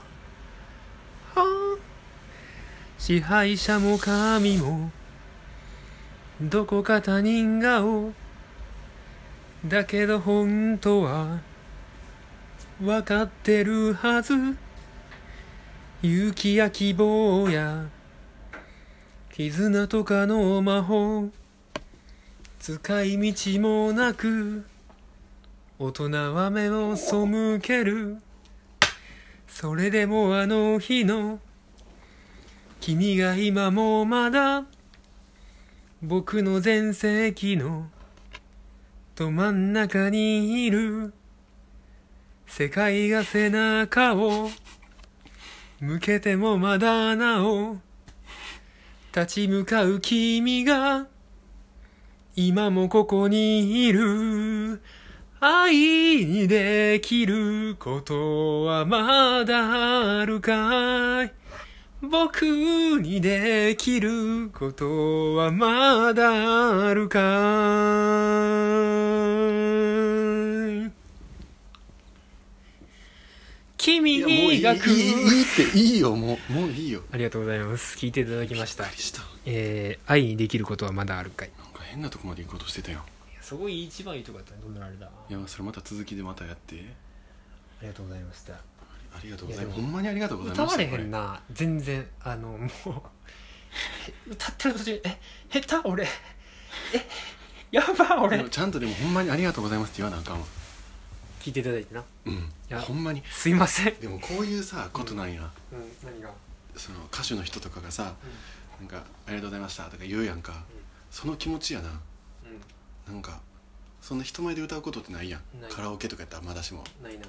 B: あ支配者も神もどこか他人顔だけど本当は分かってるはず勇気や希望や絆とかの魔法使い道もなく大人は目を背けるそれでもあの日の君が今もまだ僕の全盛期のど真ん中にいる世界が背中を向けてもまだなお立ち向かう君が今もここにいる愛にできることはまだあるかい僕にできることはまだあるかい
C: いやもういい
B: 君
C: い
B: が
C: い
B: 来る
C: いいっていいよもうもういいよ
B: ありがとうございます。聞いていただきました
C: びっ。くりした
B: えー、愛にできることはまだあるかい。
C: なんか変なとこまで行こうとしてたよ
B: そこ一番いいとこだったね。どんなあれだ。あ
C: いやそれまた続きでまたやって
B: りがとうございました。
C: ありがとうござい
B: い
C: ま
B: や
C: す
B: で
C: ほ
B: も
C: んまにありがとうござい
B: 歌
C: まし
B: わ
C: た
B: れへんな。全然、あの、もう、歌ってる途中に、え、下手俺。え、やば
C: これ
B: 俺
C: でも。ちゃんとでもほんまにありがとうございますって言わなあかんわ
B: 聞いていただいてな。
C: うん
B: や
C: ほんまに
B: すいません。
C: でもこういうさことなんや、
B: うん、何が
C: その歌手の人とかがさ「なんかありがとうございました」とか言うやんか、その気持ちやななんかそんな人前で歌うことってないやん
B: ない
C: カラオケとかやったらまだしも
B: うんないな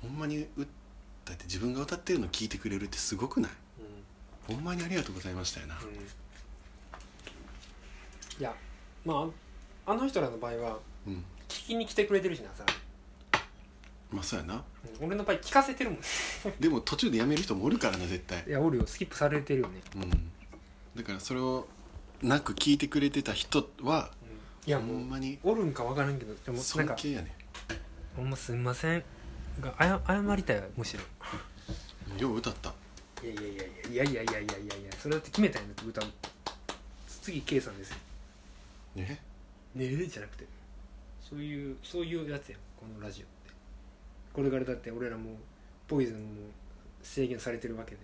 C: ほんまに歌って自分が歌ってるの聞いてくれるってすごくない
B: うんうん
C: ほんまにありがとうございましたよな、
B: いやまああの人らの場合は
C: うん
B: 聞きに来てくれてるしなさ、
C: まあそうやな
B: うん俺の場合聞かせてるもん
C: でも途中でやめる人もおるからな絶 対
B: いやおるよスキップされてるよね、
C: うんだからそれをなく聞いてくれてた人は
B: うん、いや
C: ほ
B: もうん
C: まに
B: おるんかわからんけどでもなん
C: 尊
B: か
C: 敬やね
B: 「ほんますんません」があや謝りたいわむしろ
C: よう歌った
B: いやいやいやいやいやいやいやいやいやそれだって決めたんだって歌う次 K さんですよ
C: ね
B: ねえじゃなくてそういうそういうやつやんこのラジオってこれからだって俺らもうポイズンも制限されてるわけで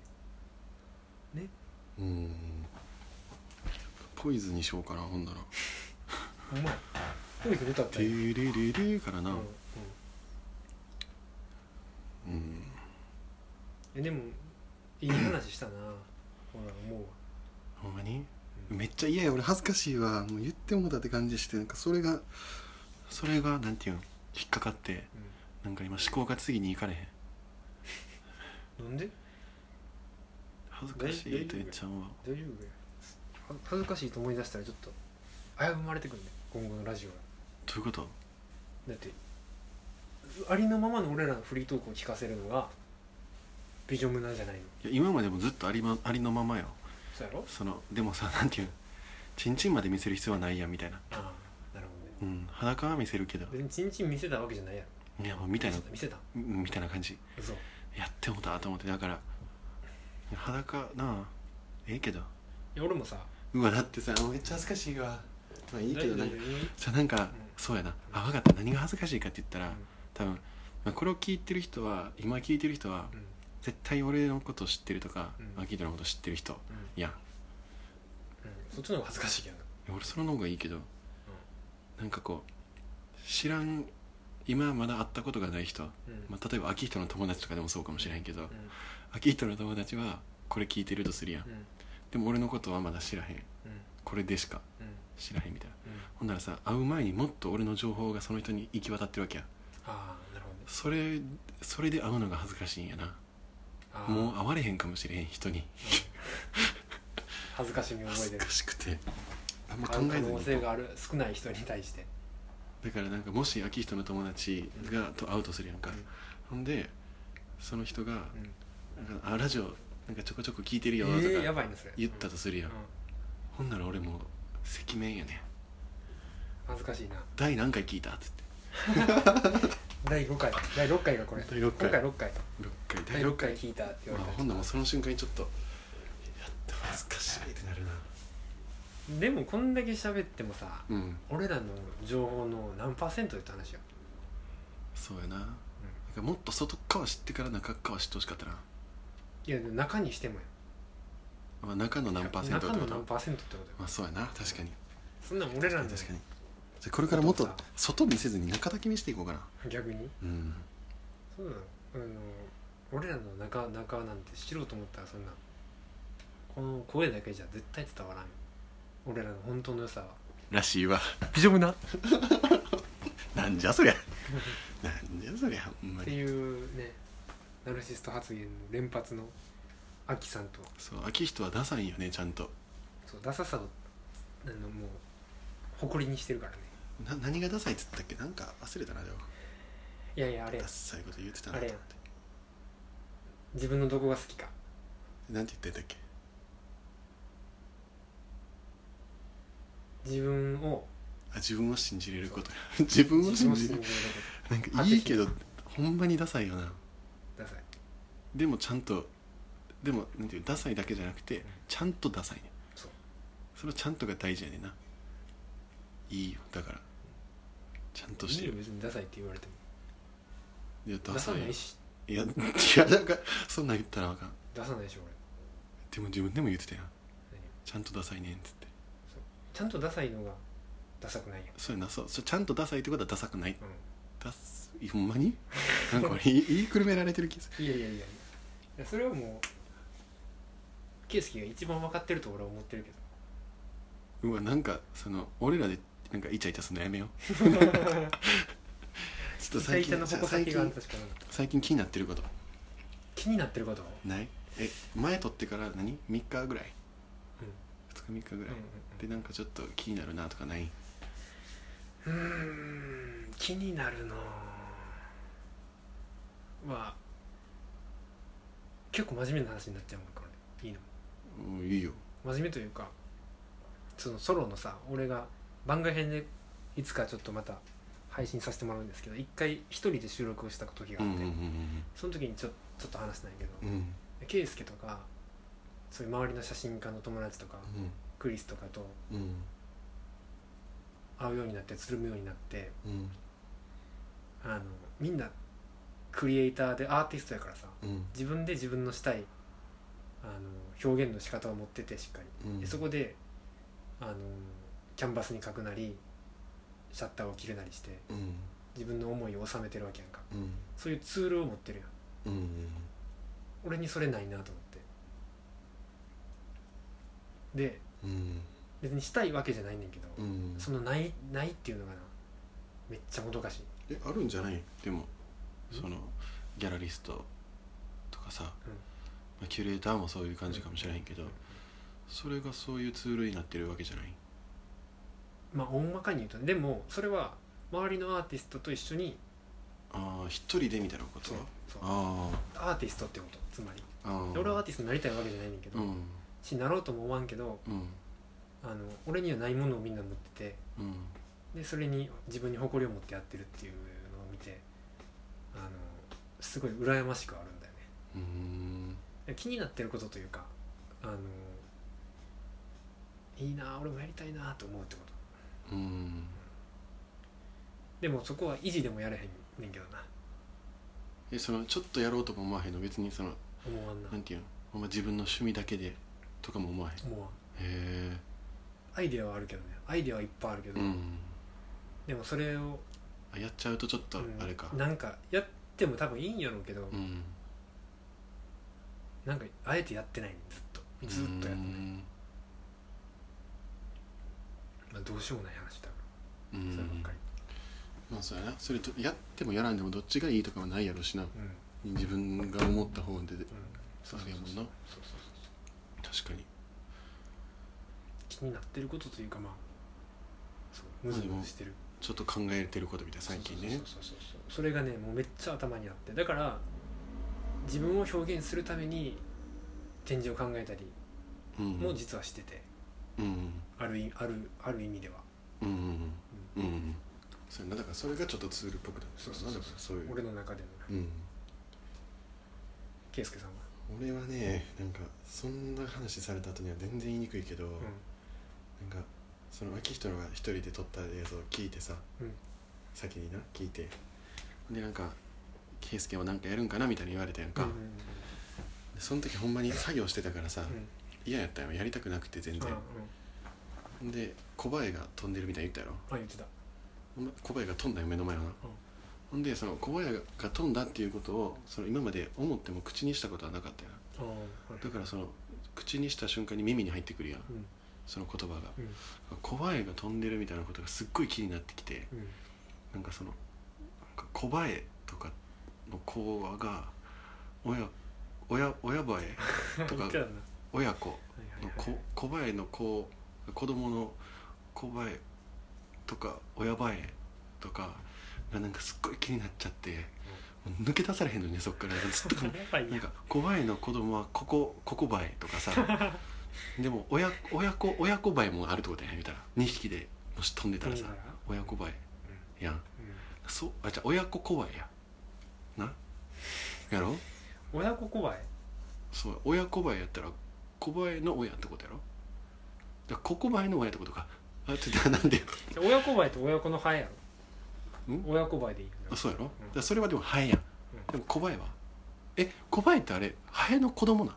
C: うんポイズにしようかなほんなら
B: お前ポイズン歌っ
C: 「
B: た
C: テ
B: よ
C: レレレ」から
B: う
C: なんう
B: うん
C: ん、
B: えでもいい話したなほら思うわ
C: ほんまに
B: うん
C: めっちゃ嫌や俺恥ずかしいわもう言ってもうたって感じしてなんかそれがそれがなんていうん引っかかってなんか今思考が次に行かれへん
B: うんなんで
C: 恥ずかしいと言っちゃうわ
B: 大丈夫かよは恥ずかしいと思い出したらちょっと危ぶまれてくるね今後のラジオが
C: どういうこと
B: だってありのままの俺らのフリートークを聞かせるのがビジョムなんじゃないの
C: いや今までもずっとあり,、まありのままよ
B: そうやろ
C: そのでもさなんていうんチンチンまで見せる必要はないやんみたいな
B: ああなるほどね
C: うん裸は見せるけど
B: 別にチンチン見せたわけじゃないやろ
C: いやもうみたいな
B: 見せた
C: うんみたいな感じ
B: 嘘
C: やってもうたと思ってだから裸なあええけど
B: いや俺もさ
C: うわだってさめっちゃ恥ずかしいわまあいいけどなんか
B: う
C: じゃあなんか、そうやなあ分かった何が恥ずかしいかって言ったら、
B: うん
C: 多分、まあ、これを聞いてる人は今聞いてる人は、
B: んうん
C: 絶対俺のこと知ってるとか、
B: うん
C: アキドのこと知ってる人いや
B: そっちの方が恥ずかしいけどな
C: 俺その方がいいけど、なんかこう知らん今まだ会ったことがない人、
B: うん
C: まあ、例えばアキヒトの友達とかでもそうかもしれんけど、
B: うん
C: アキヒトの友達はこれ聞いてるとするやん、
B: うん
C: でも俺のことはまだ知らへん
B: うん
C: これでしか
B: うん
C: 知らへんみたいな
B: うん
C: ほんならさ会う前にもっと俺の情報がその人に行き渡ってるわけや
B: ああなるほどね
C: それそれで会うのが恥ずかしいんやな
B: ああ
C: もう会われへんかもしれへん人に
B: 恥ずかしみを
C: 恥
B: 覚え
C: ず
B: てる
C: かしくてあんま考
B: 会う
C: え
B: 可能
C: ず
B: 性
C: に
B: がある少ない人に対して
C: だからなんかもし秋人の友達がと会うとするやんか、
B: うん
C: ほんでその人が
B: うん
C: 「なんかあラジオなんかちょこちょこ聞いてるよ」と
B: ええや
C: か
B: ばいなそれ
C: 言った
B: と
C: とするやん、ほんなら俺もう赤面やね
B: 恥ずかしいな
C: 第何回聞いたっつって
B: 第5回第6回がこれ
C: 第六回
B: 今回6回
C: 6回
B: 第6回聞いたって言
C: ま
B: わ
C: あ
B: れた、
C: ほんならもうその瞬間にちょっとやった恥ずかしいってなるな
B: でもこんだけ喋ってもさ
C: うん
B: 俺らの情報の何パーセントよって話よ
C: そうやな,、なんかもっと外っ側知ってから中っ側知ってほしかったな、
B: いや中にしてもよ
C: まあ、中の何パーセントって
B: 中
C: こ
B: の
C: と
B: 何パーセントってことよ
C: まあそうやな確かに
B: そんなん俺らの
C: 確かにじゃあこれからもっと
B: 外
C: 外
B: をさ
C: 見せずに中だけ見せていこうかな
B: 逆に
C: うん
B: そうなのあの俺らの中中なんて知ろうと思ったらそんなこの声だけじゃ絶対伝わらん俺らの本当の良さは
C: らしいわ
B: ビジョムなっ
C: なんじゃそりゃなんじゃそりゃほんま
B: て
C: に
B: いうねナルシスト発言の連発のアキさんと
C: そう秋人はダサいんよねちゃんと
B: そうダサさをあのもう誇りにしてるからね
C: な何がダサいっつったっけなんか忘れたなでも
B: いやいやあれ
C: ダサいこと言ってたな
B: あれや
C: と思って
B: 自分のどこが好きか
C: なんて言ってたっけ
B: 自分を
C: あ自分を信じれることや 自分を信じ
B: 自
C: る
B: 分を信じる
C: なんかいいけどほんまにダサいよな
B: ダサい
C: でもちゃんとでもなんていうダサいだけじゃなくてちゃんとダサいね
B: そう
C: そのちゃんとが大事やねんないいよだからちゃんとして
B: いいよ
C: る
B: 別にダサいって言われても
C: いや
B: ダ
C: ダ
B: サ
C: サい
B: な
C: よ
B: いし
C: いやいやなんかそんなん言ったらあかん
B: ダサないし俺
C: でも自分でも言ってたやん
B: 何
C: ちゃんとダサいねんっつって
B: ちゃんとダサいのがダサくないやん
C: そうやなそうそうちゃんとダサいってことはダサくない
B: うん
C: ダス ほんまになんか俺言い言いくるめられてる気がする
B: いやいやいやいやいやそれはもう圭介が一番分かってると俺は思ってるけど
C: うわなんかその俺らでなんかイチャイチャするのやめよ うちょっと最
B: イタイ
C: 近
B: タの
C: じゃ
B: 矛
C: あ最
B: 先が
C: 近
B: 確かに
C: 最近気になってること
B: 気になってること、
C: ないえ前撮ってから何3日ぐらい、二2日3日ぐ
B: う
C: ら
B: ん
C: い、でなんかちょっと気になるなとかない
B: うんうんうーん気になるなぁは結構真面目な話になっちゃうもんこれいいの
C: うんいいよ
B: 真面目というかそのソロのさ俺が番外編でいつかちょっとまた配信させてもらうんですけど一回一人で収録をした時が
C: う
B: あっ
C: ん
B: て、
C: うん
B: その時にちょちょっと話したんやけど
C: うんうんうん
B: 圭介、とかそういう周りの写真家の友達とか、クリスとかと
C: うんうん
B: 会うようになってつるむようになって
C: うん
B: あのみんなクリエイターでアーティストやからさ
C: うん
B: 自分で自分のしたいあの表現の仕方を持っててしっかり。
C: うん
B: でそこであのキャンバスに書くなりシャッターを切るなりして
C: うん
B: 自分の思いを収めてるわけやんか
C: うん
B: そういうツールを持ってるや
C: う
B: ん
C: ん
B: 俺にそれないなと思ってで
C: うん
B: 別にしたいわけじゃないねんけど、
C: うん
B: そのないないっていうのがなめっちゃもどかしい
C: えあるんじゃないでもそのギャラリストとかさ、
B: うん
C: まあ、キュレーターもそういう感じかもしれへんけど、それがそういうツールになってるわけじゃない
B: まあ大まかに言うとねでもそれは周りのアーティストと一緒に
C: ああ一人でみたいなこと
B: そうそう
C: あー
B: アーティストってことつまり
C: あー
B: で俺はアーティストになりたいわけじゃないねんけど、
C: うん
B: しなろうとも思わんけど
C: うん
B: あの俺にはないものをみんな持ってて
C: うん
B: でそれに自分に誇りを持ってやってるっていうのを見てあのすごい羨ましくはあるんだよね
C: うーん
B: で気になってることというかあのいいな俺もやりたいなと思うってこと
C: うん
B: でもそこは維持でもやれへんねんけどな
C: えそのちょっとやろうとも思わへんの別にその
B: 思わんな
C: なんていうのほんま自分の趣味だけでとかも思わへんへ
B: 思わん
C: え
B: アイデアはあるけどねアイデアはいっぱいあるけど、
C: うん
B: でもそれを、
C: あやっちゃうとちょっと
B: うん
C: あれか
B: なんかやっても多分いいんやろうけど、
C: うん
B: なんかあえてやってないねずっとずっとやってない、まあ、どうしようもない話だか
C: う
B: ら
C: ん
B: そればっかり
C: まあそうやなそれとやってもやらんでもどっちがいいとかはないやろしな
B: うんうん
C: 自分が思った方で
B: そう
C: あれやもんな
B: そうそうそう
C: 確かに
B: 気になってることというかまあそうムズムズしてる
C: ちょっと考えてることみたいな最近ね
B: そうそうそうそうそれがねもうめっちゃ頭にあってだから自分を表現するために展示を考えたり
C: うん
B: も実はしてて、
C: うん
B: あるいあるある意味では、
C: うんうん
B: う
C: うんんうんそれなだからそれがちょっとツールっぽくなる
B: そうそうそ
C: だ
B: う
C: からそういう
B: 俺の中での
C: うん
B: 圭介さんは、
C: 俺はねなんかそんな話された後には全然言いにくいけど、
B: う
C: なんかその秋人が一人で撮った映像を聞いてさ、
B: うん
C: 先にな聞いてでなんか「圭介はなんかやるんかな?」みたいに言われたやんか、
B: んうん
C: でその時ほんまに作業してたからさ、
B: うんうん
C: 嫌やったよやりたくなくて全
B: あ
C: 然
B: うん、
C: で小林が飛んでるみたいに言ったやろ
B: あ言ってた
C: ほんま小林が飛んだよ目の前をな、ほんでその小林が飛んだっていうことをその今まで思っても口にしたことはなかったよな
B: あ
C: だからその口にした瞬間に耳に入ってくるやん
B: うん
C: その言葉が
B: うん
C: 小林が飛んでるみたいなことがすっごい気になってきて
B: うん
C: なんかそのなんか小林とかの子が親親親林と
B: 言
C: か
B: ってたなは
C: 親子
B: いはい
C: の
B: はい
C: こ小林の子子供の小林とか親林とかがなんかすっごい気になっちゃって、もう抜け出されへんのねそっからずっと考え
B: やばい
C: なん
B: や
C: か小林の子供はここここ林とか さでも親親子親子林もあるってことやね見たら2匹でもし飛んでたらさ
B: 飛んだら
C: 親子林やん
B: うん
C: そうあじゃあ親子小林やなやろ
B: 親子小林
C: そう親小林やったら小林の親ってことやろだから小小林の親ってことかあちょっと なんで
B: じゃあ親子バイと親子のハエやろ
C: ん
B: 親子バイでいいん
C: あ
B: だ
C: そうやろ、だからそれはでもハエやん、でも小林はえ小林ってあれハエの子供なん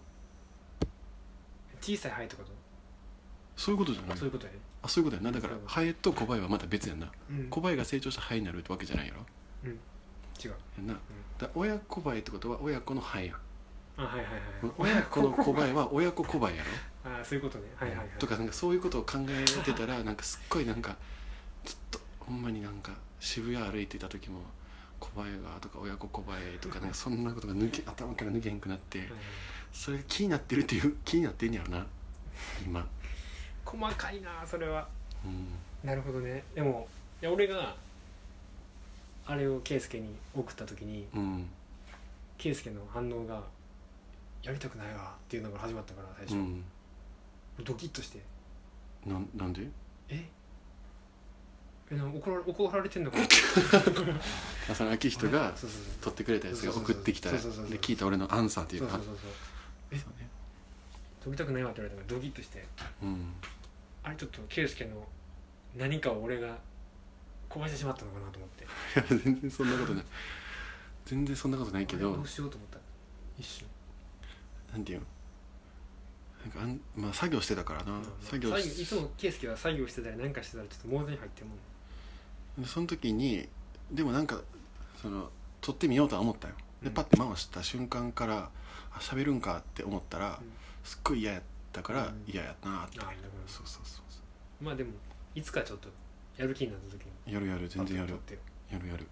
B: 小さいハエってこと
C: そういうことじゃない
B: そういうことやね
C: あそういうことやなだから
B: そういうこと
C: ハエと小林はまた別やんな
B: うん
C: 小林が成長したハエになるってわけじゃないやろ
B: うん違う
C: やんなだから親小林ってことは親子のハエやん
B: あはいはいはい
C: 親子の小林は 親子小林やろ
B: あそういうことねはいはいはい
C: とかなんかそういうことを考えてたらなんかすっごいなんかずっとほんまになんか渋谷歩いてた時も「小林が」とか「親子小林」とかなんかそんなことが抜け頭から抜けへんくなって
B: はいはい
C: それが気になってるっていう気になってんやろな今
B: 細かいなそれは
C: うん
B: なるほどねでもいや俺があれを圭介に送った時に
C: うん
B: 圭介の反応が「やりたくないわ」っていうのが始まったから最
C: う
B: 初、
C: ん
B: ドキッとして
C: なんなんで
B: 「ええなんか怒ら怒られてんのかな?」
C: 浅野明人が
B: そうそうそう
C: 撮ってくれたやつが送ってきた
B: そ
C: で
B: うそうそうそう
C: 聞いた俺のアンサーってい
B: そうう
C: か
B: そうそうそう
C: そうね
B: 解きたくないわって言われたからドキッとして
C: うん
B: あれちょっと圭介の何かを俺が壊してしまったのかなと思って
C: いや全然そんなことない全然そんなことないけ
B: あれ
C: ど
B: どうしようと思った一瞬
C: なんていうのなんかあん、まあ、作業してたからな、作業
B: いつも圭介は作業してたり何かしてたらちょっとモードに入ってるもん
C: その時にでもなんかその撮ってみようとは思ったよで
B: うん
C: パッて回した瞬間からあ喋るんかって思ったら、
B: うん
C: すっごい嫌やったか
B: う
C: ら
B: ん
C: 嫌やなって、
B: あなるほど
C: そうそうそうそ
B: まあでもいつかちょっとやる気になった時に
C: うやるやる全然やる
B: パッと撮って
C: や
B: よ
C: るやる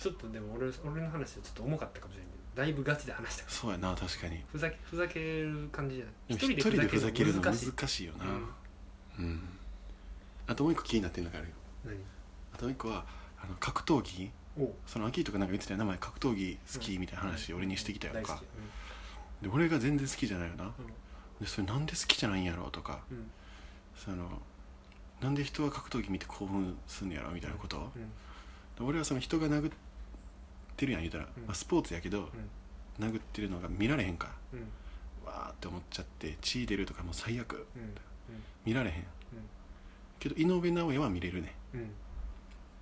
B: ちょっとでも俺俺の話はちょっと重かったかもしれないけどだいぶガチで話したから
C: そうやな確かに
B: ふざけふざける感じじゃない
C: でも一人でふざけるの難
B: 難しい
C: しいよな
B: うん
C: うん、あともう一個気になってるのがあるよ
B: 何
C: あともう一個はあの格闘技
B: おう
C: そのアキーとかなんか言ってたよ名前格闘技好きみたいな話俺にしてきたやん
B: 大好
C: か
B: き、
C: で俺が全然好きじゃないよな
B: うん
C: でそれなんで好きじゃないんやろうとか
B: うんうん
C: そのなんで人は格闘技見て興奮すんのやろみたいなこと、
B: うん
C: で俺はその人が殴ってるやん言うたら、
B: うん
C: まあ、スポーツやけど、殴ってるのが見られへんから
B: うんうん
C: わーって思っちゃって血出るとかもう最悪
B: う
C: 見られへん、けど井上尚弥は見れるね
B: んうん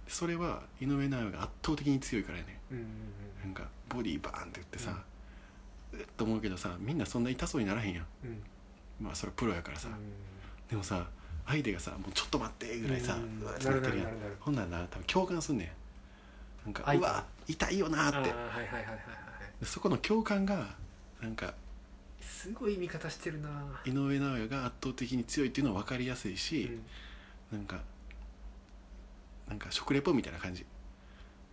C: それは井上尚弥が圧倒的に強いからやね
B: うんうん
C: なんかボディーバーンって言ってさ、うっと思うけどさみんなそんな痛そうにならへんやん
B: うんうん
C: まあそれプロやからさ、でもさ相手がさ「もうちょっと待って」ぐらいさ、う
B: うん
C: わーってなってるや
B: なるなるなるなる
C: んほんならな多分共感すんねんなんか「
B: 相
C: う
B: 手
C: わ痛いよな」
B: あ
C: っ
B: ー
C: て
B: はいはいはいはいはい
C: でそこの共感がなんか
B: すごい味方してるな
C: 井上尚弥が圧倒的に強いっていうのは分かりやすいし、なんかなんか食レポみたいな感じ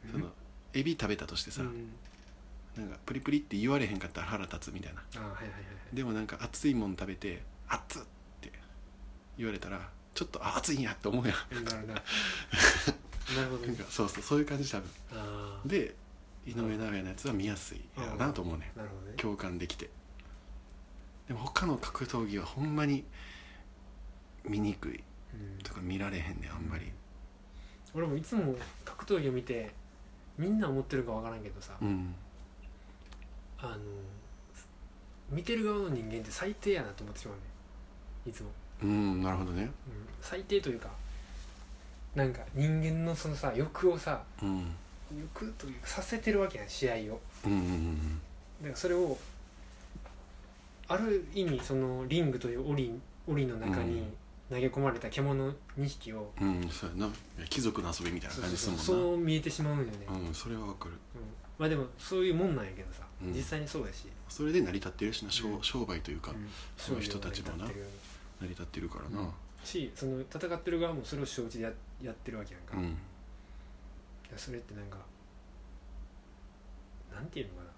B: うん
C: そのエビ食べたとしてさ、
B: うん
C: なんかプリプリって言われへんかったら腹立つみたいな
B: あーはいはいはいはい
C: でもなんか熱いもん食べて「熱っ!」って言われたらちょっとあ熱いんやって思うやん
B: うんなるなるなるほど
C: なん
B: ね
C: かそうそうそういう感じ多分
B: あー
C: で井上尚弥のやつは見やすいやろなと思うね
B: なるほどね
C: 共感できてでも他の格闘技はほんまに見にくい
B: うん
C: とか見られへんねんあんまり
B: 俺もいつも格闘技を見てみんな思ってるかわからんけどさ
C: うん
B: あの見てる側の人間って最低やなと思ってしまうねいつも
C: うんなるほどね
B: うん最低というかなんか人間のそのさ欲をさ
C: うん
B: 欲というかさせてるわけやん試合を
C: うんうんうん
B: だからそれをある意味そのリングという檻檻の中に投げ込まれた獣2匹を、
C: うんうんそうやないや貴族の遊びみたいな
B: そう
C: 感じす
B: そ
C: る
B: う
C: もんな
B: そうそう見えてしまうんよね、うん
C: うんそれはわかる
B: まあでもそういうもんなんやけどさ、
C: うん
B: 実際にそうやし、
C: それで成り立ってるしな商
B: うん
C: 商売というか
B: うん
C: そういう人たちもな
B: そういう
C: 成
B: のに至ってる
C: り立ってるからな
B: しその戦ってる側もそれを承知でややってるわけやんか、
C: う
B: い
C: ん
B: やそれってなんかなんていうのかな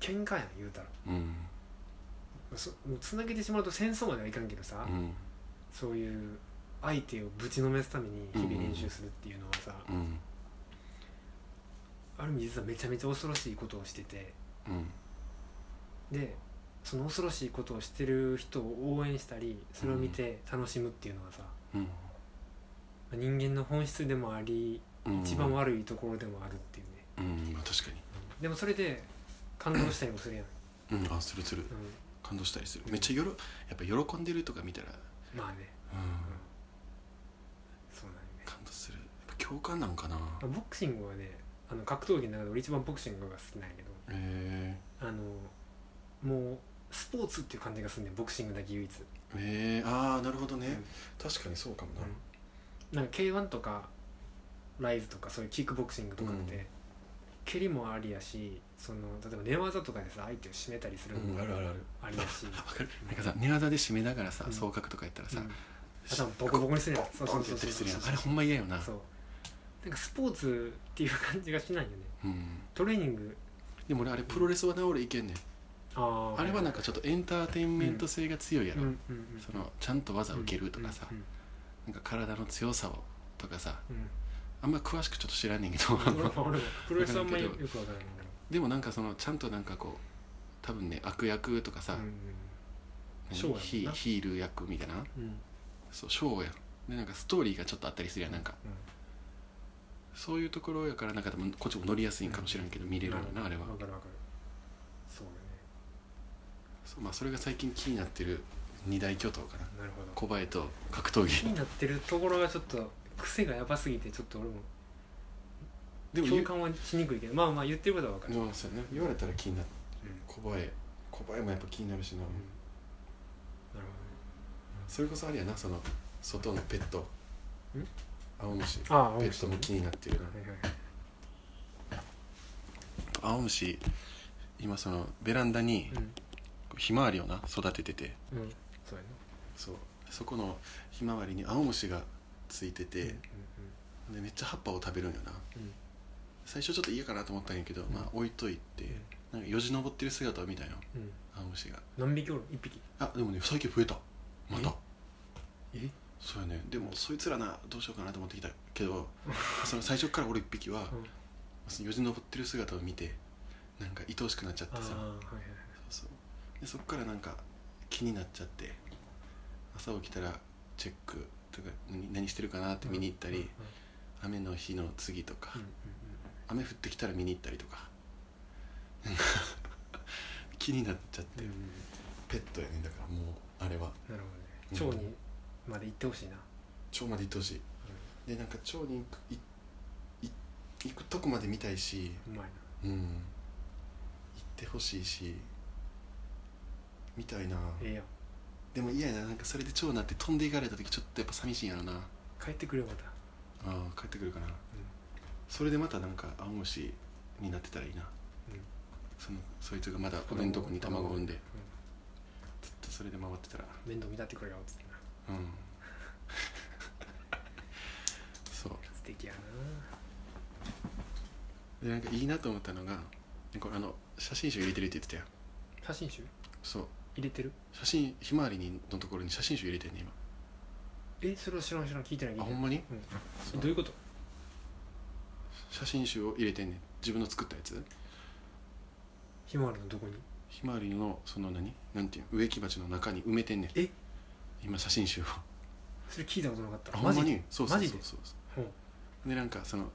B: 喧嘩やん言うたら
C: うん
B: そもうつなげてしまうと戦争まではいかんけどさ、
C: うん
B: そういう相手をぶちのめすために日々練習するっていうのはさ、
C: うん
B: ある意味実はめちゃめちゃ恐ろしいことをしてて
C: うん
B: でその恐ろしいことをしてる人を応援したりそれを見て楽しむっていうのはさ、
C: うん
B: 人間の本質でもあり
C: うん
B: 一番悪いところでもあるっていうね、
C: うんまあ確か
B: でもそれで感動したりもするやん、
C: にうんあするする
B: う、
C: 感動したりするめっちゃよろやっぱ喜んでるとか見たらうん
B: まあね、うんそうなんよね
C: ん感動するやっぱ共感なんかな
B: まあボクシングはねあの格闘技の中で俺一番ボクシングが好きなんやけど
C: え
B: あのもうスポーツっていう感じがするねんボクシングだけ唯一、
C: ー、えー、ああなるほどね、
B: うん
C: 確かにそうかもな
B: なんか K1 とかライズとかそういうキックボクシングとかって、蹴りもありやしその例えば寝技とかでさ相手を締めたりするのも
C: あるあるある
B: ありや し、
C: わかるなんかさ寝技で締めながらさ
B: うん
C: 総角とかやったらさ、
B: うん頭ボコボコにするやつそう
C: ポ
B: そ
C: ンっ
B: う
C: て
B: そ
C: や
B: う
C: ったりするや
B: そうそう
C: んあれほんま嫌よな
B: そうなんかスポーツっていう感じがしないよね
C: うん
B: トレーニング
C: でも俺あれプロレスはな俺いけんねん
B: あー
C: あれはなんかちょっとエンターテインメント性が強いや
B: う
C: ろ、
B: んうんうん
C: そのちゃんと技を受けるとかさ、
B: うん
C: なんか体の強さをとかさ
B: うんうん
C: あんま詳しくちょっと知らんねんけ
B: 俺も
C: ど
B: 俺もプロレスはあんまりよくわからないけど
C: でもなんかそのちゃんとなんかこう多分ね悪役とかさ、
B: うんうんショーやもん
C: 何
B: な
C: ヒヒール役みたいな
B: うん
C: そうショーやんでなんかストーリーがちょっとあったりするやんなんかそういうところやからなんか多分こっちも乗りやすいんかもしれんけど見れるよなあれは
B: わかるわかるそうだ
C: そうまあそれが最近気になってる二大巨頭かな
B: ねなるほど
C: 小林と格闘
B: 気
C: 技
B: になってるところがちょっと癖がやばすぎてちょっと俺も
C: でも言
B: 共
C: う
B: 感はしにくいけどまあまあ言ってることはわかる、うん
C: まあそうやな言われたら気になる小林小林もやっぱ気になるしな、
B: うんなる
C: それこそあれやなその外のペット青虫
B: ほどねああ
C: ペットも気になってるな
B: はいはい
C: 青虫今そのベランダに
B: う
C: ひまわりをな育ててて
B: んうんそうやな
C: そうそこのひまわりに青虫がついてて、
B: うん
C: でめっちゃ葉っぱを食べるんよな
B: うんうん
C: 最初ちょっと嫌かなと思ったんやけど、
B: ん
C: まあ置いといてなんかよじ登ってる姿を見たよ
B: うんうん
C: 青虫が
B: 何匹おる一匹
C: あでもね最近増えたまた
B: え
C: そうやねでもそいつらなどうしようかなと思ってきたけ どその最初から俺一匹は、
B: うん
C: そのよじ登ってる姿を見てなんか愛おしくなっちゃって
B: ああ
C: さ
B: はいはい
C: そうそうでそっからなんか気になっちゃって朝起きたらチェックとか何何してるかなって見に行ったり、雨の日の次とか、
B: うんうん
C: 雨降ってきたら見に行ったりとかなんか気になっちゃって、
B: うんうんうん
C: ペットやねんだからもうあれは
B: なる
C: うん
B: ほどね腸にまで行ってほしいな
C: 腸まで行ってほしいでなんか腸に行くいい行くとこまで見たいし
B: うまい
C: うん行ってほしいし見たいな
B: なええやん
C: でも嫌やななんかそれで腸になって飛んでいかれた時ちょっとやっぱ寂しいんやろな
B: 帰ってくれよまた
C: ああ帰ってくるかな、それでまたなんか青虫になってたらいいな、
B: うん
C: そのそいつがまだ俺のとこに卵を産んで
B: う
C: ずっとそれで回ってたら
B: 面倒見たってくれよっつってな
C: うん そう
B: 素敵やな
C: でなんかいいなと思ったのがこれあの写真集入れてるって言ってたよ
B: 写真集
C: そう
B: 入れてる
C: 写真ひまわりのところに写真集入れてんね
B: えそれは知らん知らん聞いてない
C: 今あ
B: 聞い
C: ほ
B: て
C: んま
B: ない
C: に
B: うん
C: そ
B: えどういうこと
C: 写真集を入れてんねん自分の作ったやつ
B: ひまわりのどこに
C: ひまわりのその何なんていうの植木鉢の中に埋めてんねん
B: え
C: 今写真集を
B: それ聞いたことなかった
C: あほんま
B: で
C: にそうそう
B: マ
C: そう
B: ジ
C: そ
B: で
C: うそうでなんかその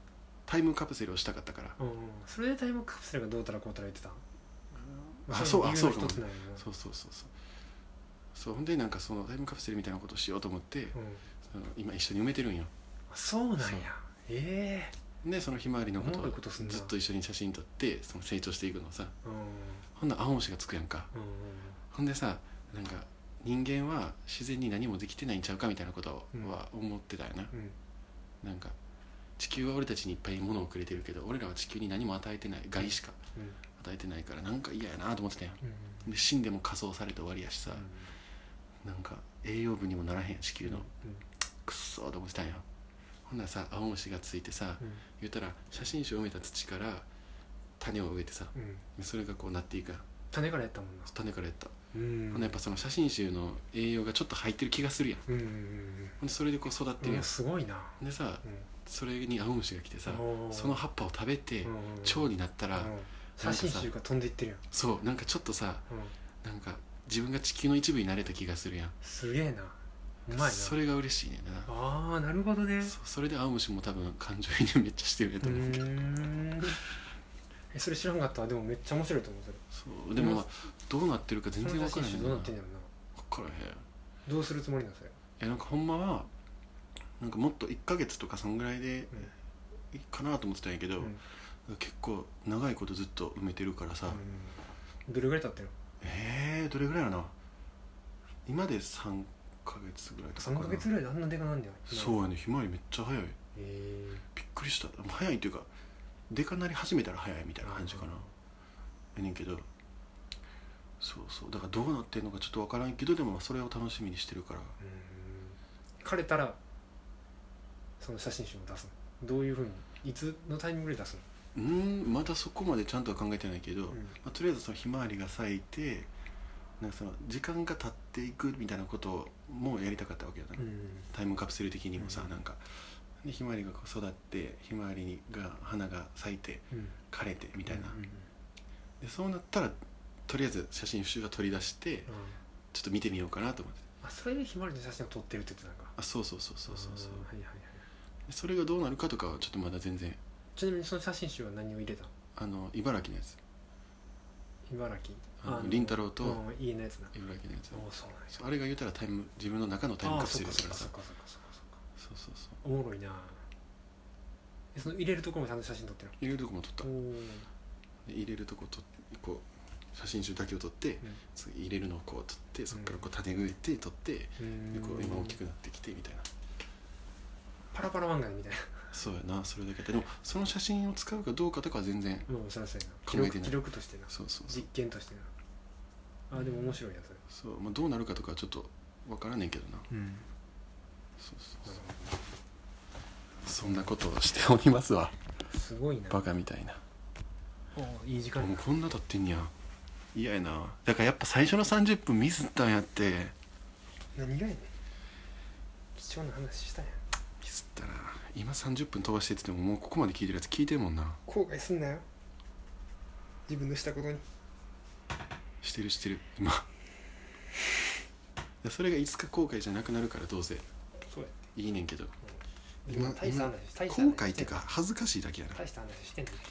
C: タイムカプセルをしたかったから
B: うんうんそれでタイムカプセルがどうたらこうたら言ってたんま
C: あそうあ
B: 理由
C: そ
B: の
C: うかも
B: 一つなんやな
C: そうそうそうそうそうほんでなんかそのタイムカプセルみたいなことをしようと思って
B: うん
C: その今一緒に埋めてるんよ
B: あそうなんや
C: そう
B: え
C: でそのひまわりのこと
B: お
C: を
B: もろいことすんな
C: ずっと一緒に写真撮ってその成長していくのをさ
B: えうん
C: ほんなら青虫がつくやんか
B: うん
C: ほんでさなんか人間は自然に何もできてないんちゃうかみたいなことは思ってたよな、
B: うんうん
C: なんか地球は俺たちにいっぱい物をくれてるけど俺らは地球に何も与えてない害しか
B: うん
C: 与えてないからなんか嫌やなと思ってたやん
B: うん
C: で死んでも仮装されて終わりやしさ、なんか栄養分にもならへんやん地球の、
B: うん
C: くっそーと思ってたんやほんならさ青虫がついてさ
B: うん
C: 言ったら写真集を埋めた土から種を植えてさ
B: うんうん
C: でそれがこうなっていくやん
B: 種からやったもんな
C: 種からやった、
B: うん
C: ほんならやっぱその写真集の栄養がちょっと入ってる気がするやん
B: うんうんうん
C: ほんでそれでこう育って
B: うん
C: る
B: う
C: や
B: ん
C: ん、
B: すごいな
C: でさ
B: うん
C: それに青虫が来てさ
B: おー
C: その葉っぱを食べて
B: うんうん
C: 蝶になったら
B: うん写真集が飛んでいってるやん
C: そうなんかちょっとさ
B: うん
C: なんか自分が地球の一部になれた気がするやん
B: すげえなうまいな
C: それが嬉しいねんな
B: ああなるほどね
C: そうそれで青虫も多分感情移入めっちゃしてるや
B: う
C: と思うけど
B: ーんえそれ知らんかったわでもめっちゃ面白いと思うそれ
C: そうでもまあどうなってるか全然分
B: そ
C: か
B: の
C: らへ
B: 写真
C: んな
B: 集どうな
C: 分
B: ってんだろうな
C: からへんい
B: どうするつもりなんそれ
C: やなんかほんまはなんかもっと1ヶ月とかそんぐらいでいいかなと思ってたんやけど、
B: うん
C: 結構長いことずっと埋めてるからさ、
B: うんどれぐらい経ってる
C: えー、どれぐらいやろな今で3ヶ月ぐらいとかか
B: 3
C: な
B: ヶ月ぐらいであんなでかなんだよ
C: そう
B: う
C: やねひまわりめっちゃ早い
B: え
C: びっくりした早いっていうかでかなり始めたら早いみたいな感じかな、やねんけどそうそうだからどうなってんのかちょっと分からんけどでもまあそれを楽しみにしてるから
B: うん枯れたらその写真集を出すのどういうふうにいつのタイミングで出す
C: うーんまだそこまでちゃんとは考えてないけど、
B: の、
C: まあ、とりあえずそのひまわりが咲いてなんかその時間が経っていくみたいなこともやりたかったわけだな、
B: うん
C: タイムカプセル的にもさ、
B: うん
C: なんかでひまわりがこう育ってひまわりが花が咲いて
B: うん、
C: 枯れてみたいな、
B: うんうんうん
C: でそうなったらとりあえず写真集は取り出してちょっと見てみようかなと思って
B: あそれでひまわりの写真を撮ってるって言ってたのか
C: あそうそうそうそうそうそう
B: あーはいはいはい
C: でそれがどうなるかとかはちょっとまだ全然
B: ちなみにその写真集は何を入れたの
C: あの茨城のやつ
B: 茨城
C: あの
B: あの
C: 凛太郎と
B: うん家のやつな
C: 茨城のやつ
B: おおそうなんや
C: そうあれが言うたらタイム自分の中のタイム
B: あ
C: カ
B: あ
C: プセ
B: そっ
C: ル
B: か
C: だ
B: そ
C: か
B: っ
C: ら
B: か
C: さ
B: そっかそっかそっか
C: そうそうそう
B: そっかおもろいなえその入れるとこもちゃんと写真撮ってる
C: 入れるとこも撮った
B: のおー
C: で入れるとこ撮ってこう写真集だけを撮って
B: うん
C: 次入れるのをこう撮ってそこからこう種植えて撮ってで
B: うん
C: こう今大きくなってきてみたいな
B: パラパラ漫画み たい
C: そうやなそれだけでもその写真を使うかどうかとかは全然
B: なもうそらそうやな記
C: 考えて
B: 録
C: ない
B: 記録としてな
C: そうそうそう
B: 実験としてなあでも面白いやつ
C: そう、まあ、どうなるかとかはちょっとわからねえけどな
B: うん
C: そうそうそうそんなことをしておりますわ
B: すごいな
C: バカみたいな
B: おーいい時間
C: もう
B: や
C: こんな経ってんや嫌やなだからやっぱ最初の30分ミスったんやってミ
B: 何がやねん貴重な話したやん
C: スったな今30分飛ばしてって言ってももうここまで聞いてるやつ聞いてるもんな
B: 後悔すんなよ自分のしたことに
C: してるしてる今 でそれがいつか後悔じゃなくなるからどうせ
B: そうや
C: いいねんけど
B: って
C: 今
B: 今大した話大した
C: 後
B: 話
C: 悔ってか恥ずかしいだけやな
B: 大した話してんの別に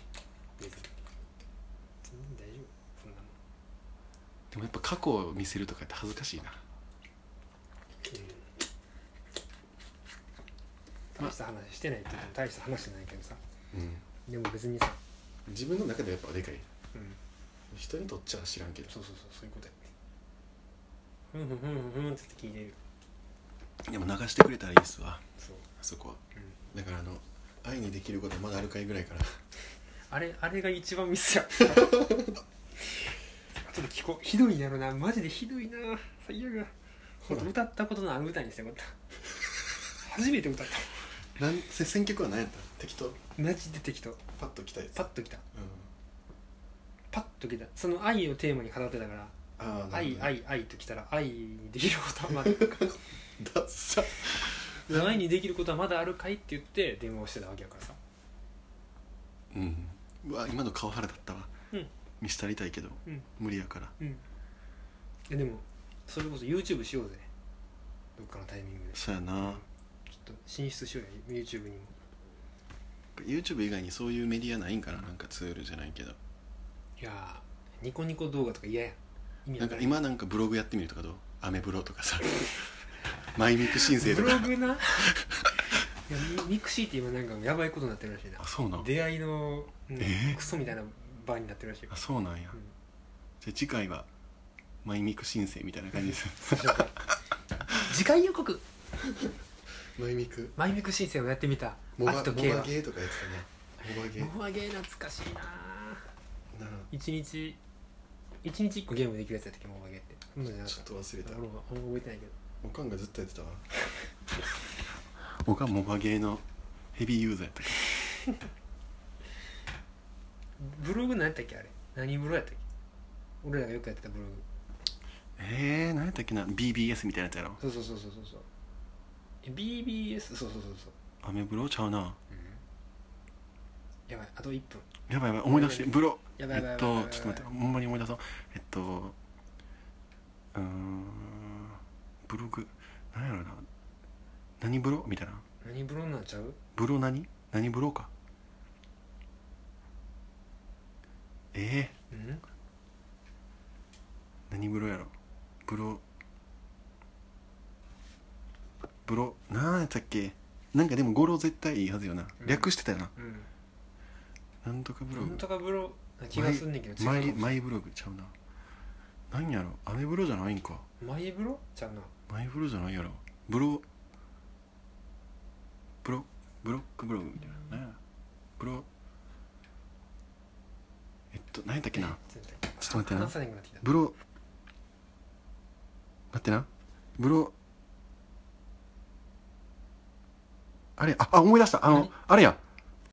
B: 全然大丈夫そんなの
C: でもやっぱ過去を見せるとかって恥ずかしいな
B: 大した話してないって言っても大した話じゃないけどさ
C: うん
B: でも別にさ、
C: 自分の中ではやっぱでかい
B: うん、
C: 人にとっちゃ知らんけど
B: そうそうそうそういうことやふんふんふんふんふんって聞いてる
C: でも流してくれたらいいっすわ
B: そう、
C: あそこは
B: うん、
C: だからあの愛にできることはまだあるかいぐらいから
B: あれあれが一番ミスや ちょっと聞こうひどいやろなマジでひどいな最悪
C: ほら
B: ほんと歌ったことのある歌にしてもらった初めて歌った
C: なんせ選曲は何やった適当
B: マジで適当
C: パッと来たやつ
B: パッときた
C: うん
B: パッときたその愛をテーマに語ってたから
C: ああ
B: 愛愛愛ときたら愛にできることはまだ
C: だっさ
B: 愛にできることはまだあるかいって言って電話をしてたわけやからさ
C: うんうわ今の顔腹だったわ、
B: うん
C: 見したりたいけど、
B: うん
C: 無理やから
B: うんいやでもそれこそ YouTube しようぜどっかのタイミングでち
C: そうやな
B: ょっと進出しようや YouTube にも
C: YouTube 以外にそういうメディアないんかななんかツールじゃないけど
B: いやーニコニコ動画とか嫌や意味
C: な
B: わ
C: んから今なんかブログやってみるとかどうアメブロとか さマイミク申請
B: ブ
C: と
B: ロ
C: か
B: グないやミミクシーって今なんかやばいことになってるらしいな
C: あそうなん
B: 出会いの、うん
C: えー
B: クソみたいな場になってるらしいよ
C: あ、そうなんや、
B: うん
C: じゃあ次回はマイミク申請みたいな感じです
B: 次回予告
C: マイミク
B: マイミク申請をやってみた秋と K は
C: ーとかやつかねモバゲ
B: モバゲー懐かしいな
C: な
B: 一日一日一個ゲームできるやつやったっけモバゲーってそんなんじゃなか
C: と忘れ
B: った俺もあんま覚えてないけど
C: おかんがずっとやってたわおかんモバゲーのヘビーユーザーやったか
B: ブログ何やったっけあれ何ブログやったっけ俺らがよくやってたブログ
C: らえー、何やったっけな BBS みたいなやつやろ
B: そうそうそうそうそうそうえ BBS そうそうそうそう、
C: アメブロちゃうな
B: やばいあと1分
C: やばいやばい思い出してブロ
B: やばいやば
C: え
B: い
C: っ
B: や
C: と
B: ばいやばい
C: ちょっと待ってほんまに思い出そうえっとうーんブログ何やろな何ブロみたいな
B: 何ブログになっちゃう
C: ブロ何何ブロかえー、
B: うん
C: 何ブロやろブロブロなんやったっけなんかでも語呂絶対いいはずよな、
B: うん
C: 略してたよな
B: うん
C: なんとかブロ
B: なん
C: グ
B: とかブロな気がすんねんけど
C: マイ
B: 違うかも
C: マイブログちゃうな何やろアメブロじゃないんか
B: マイブロちゃうな
C: マイブロじゃないやろブロブロブロックブログみたいな、ね、ブロ何やったっけなちょっと待ってな
B: 話さなくなってきた
C: ブロ待ってなブロあれああ思い出したあの
B: 何
C: あれや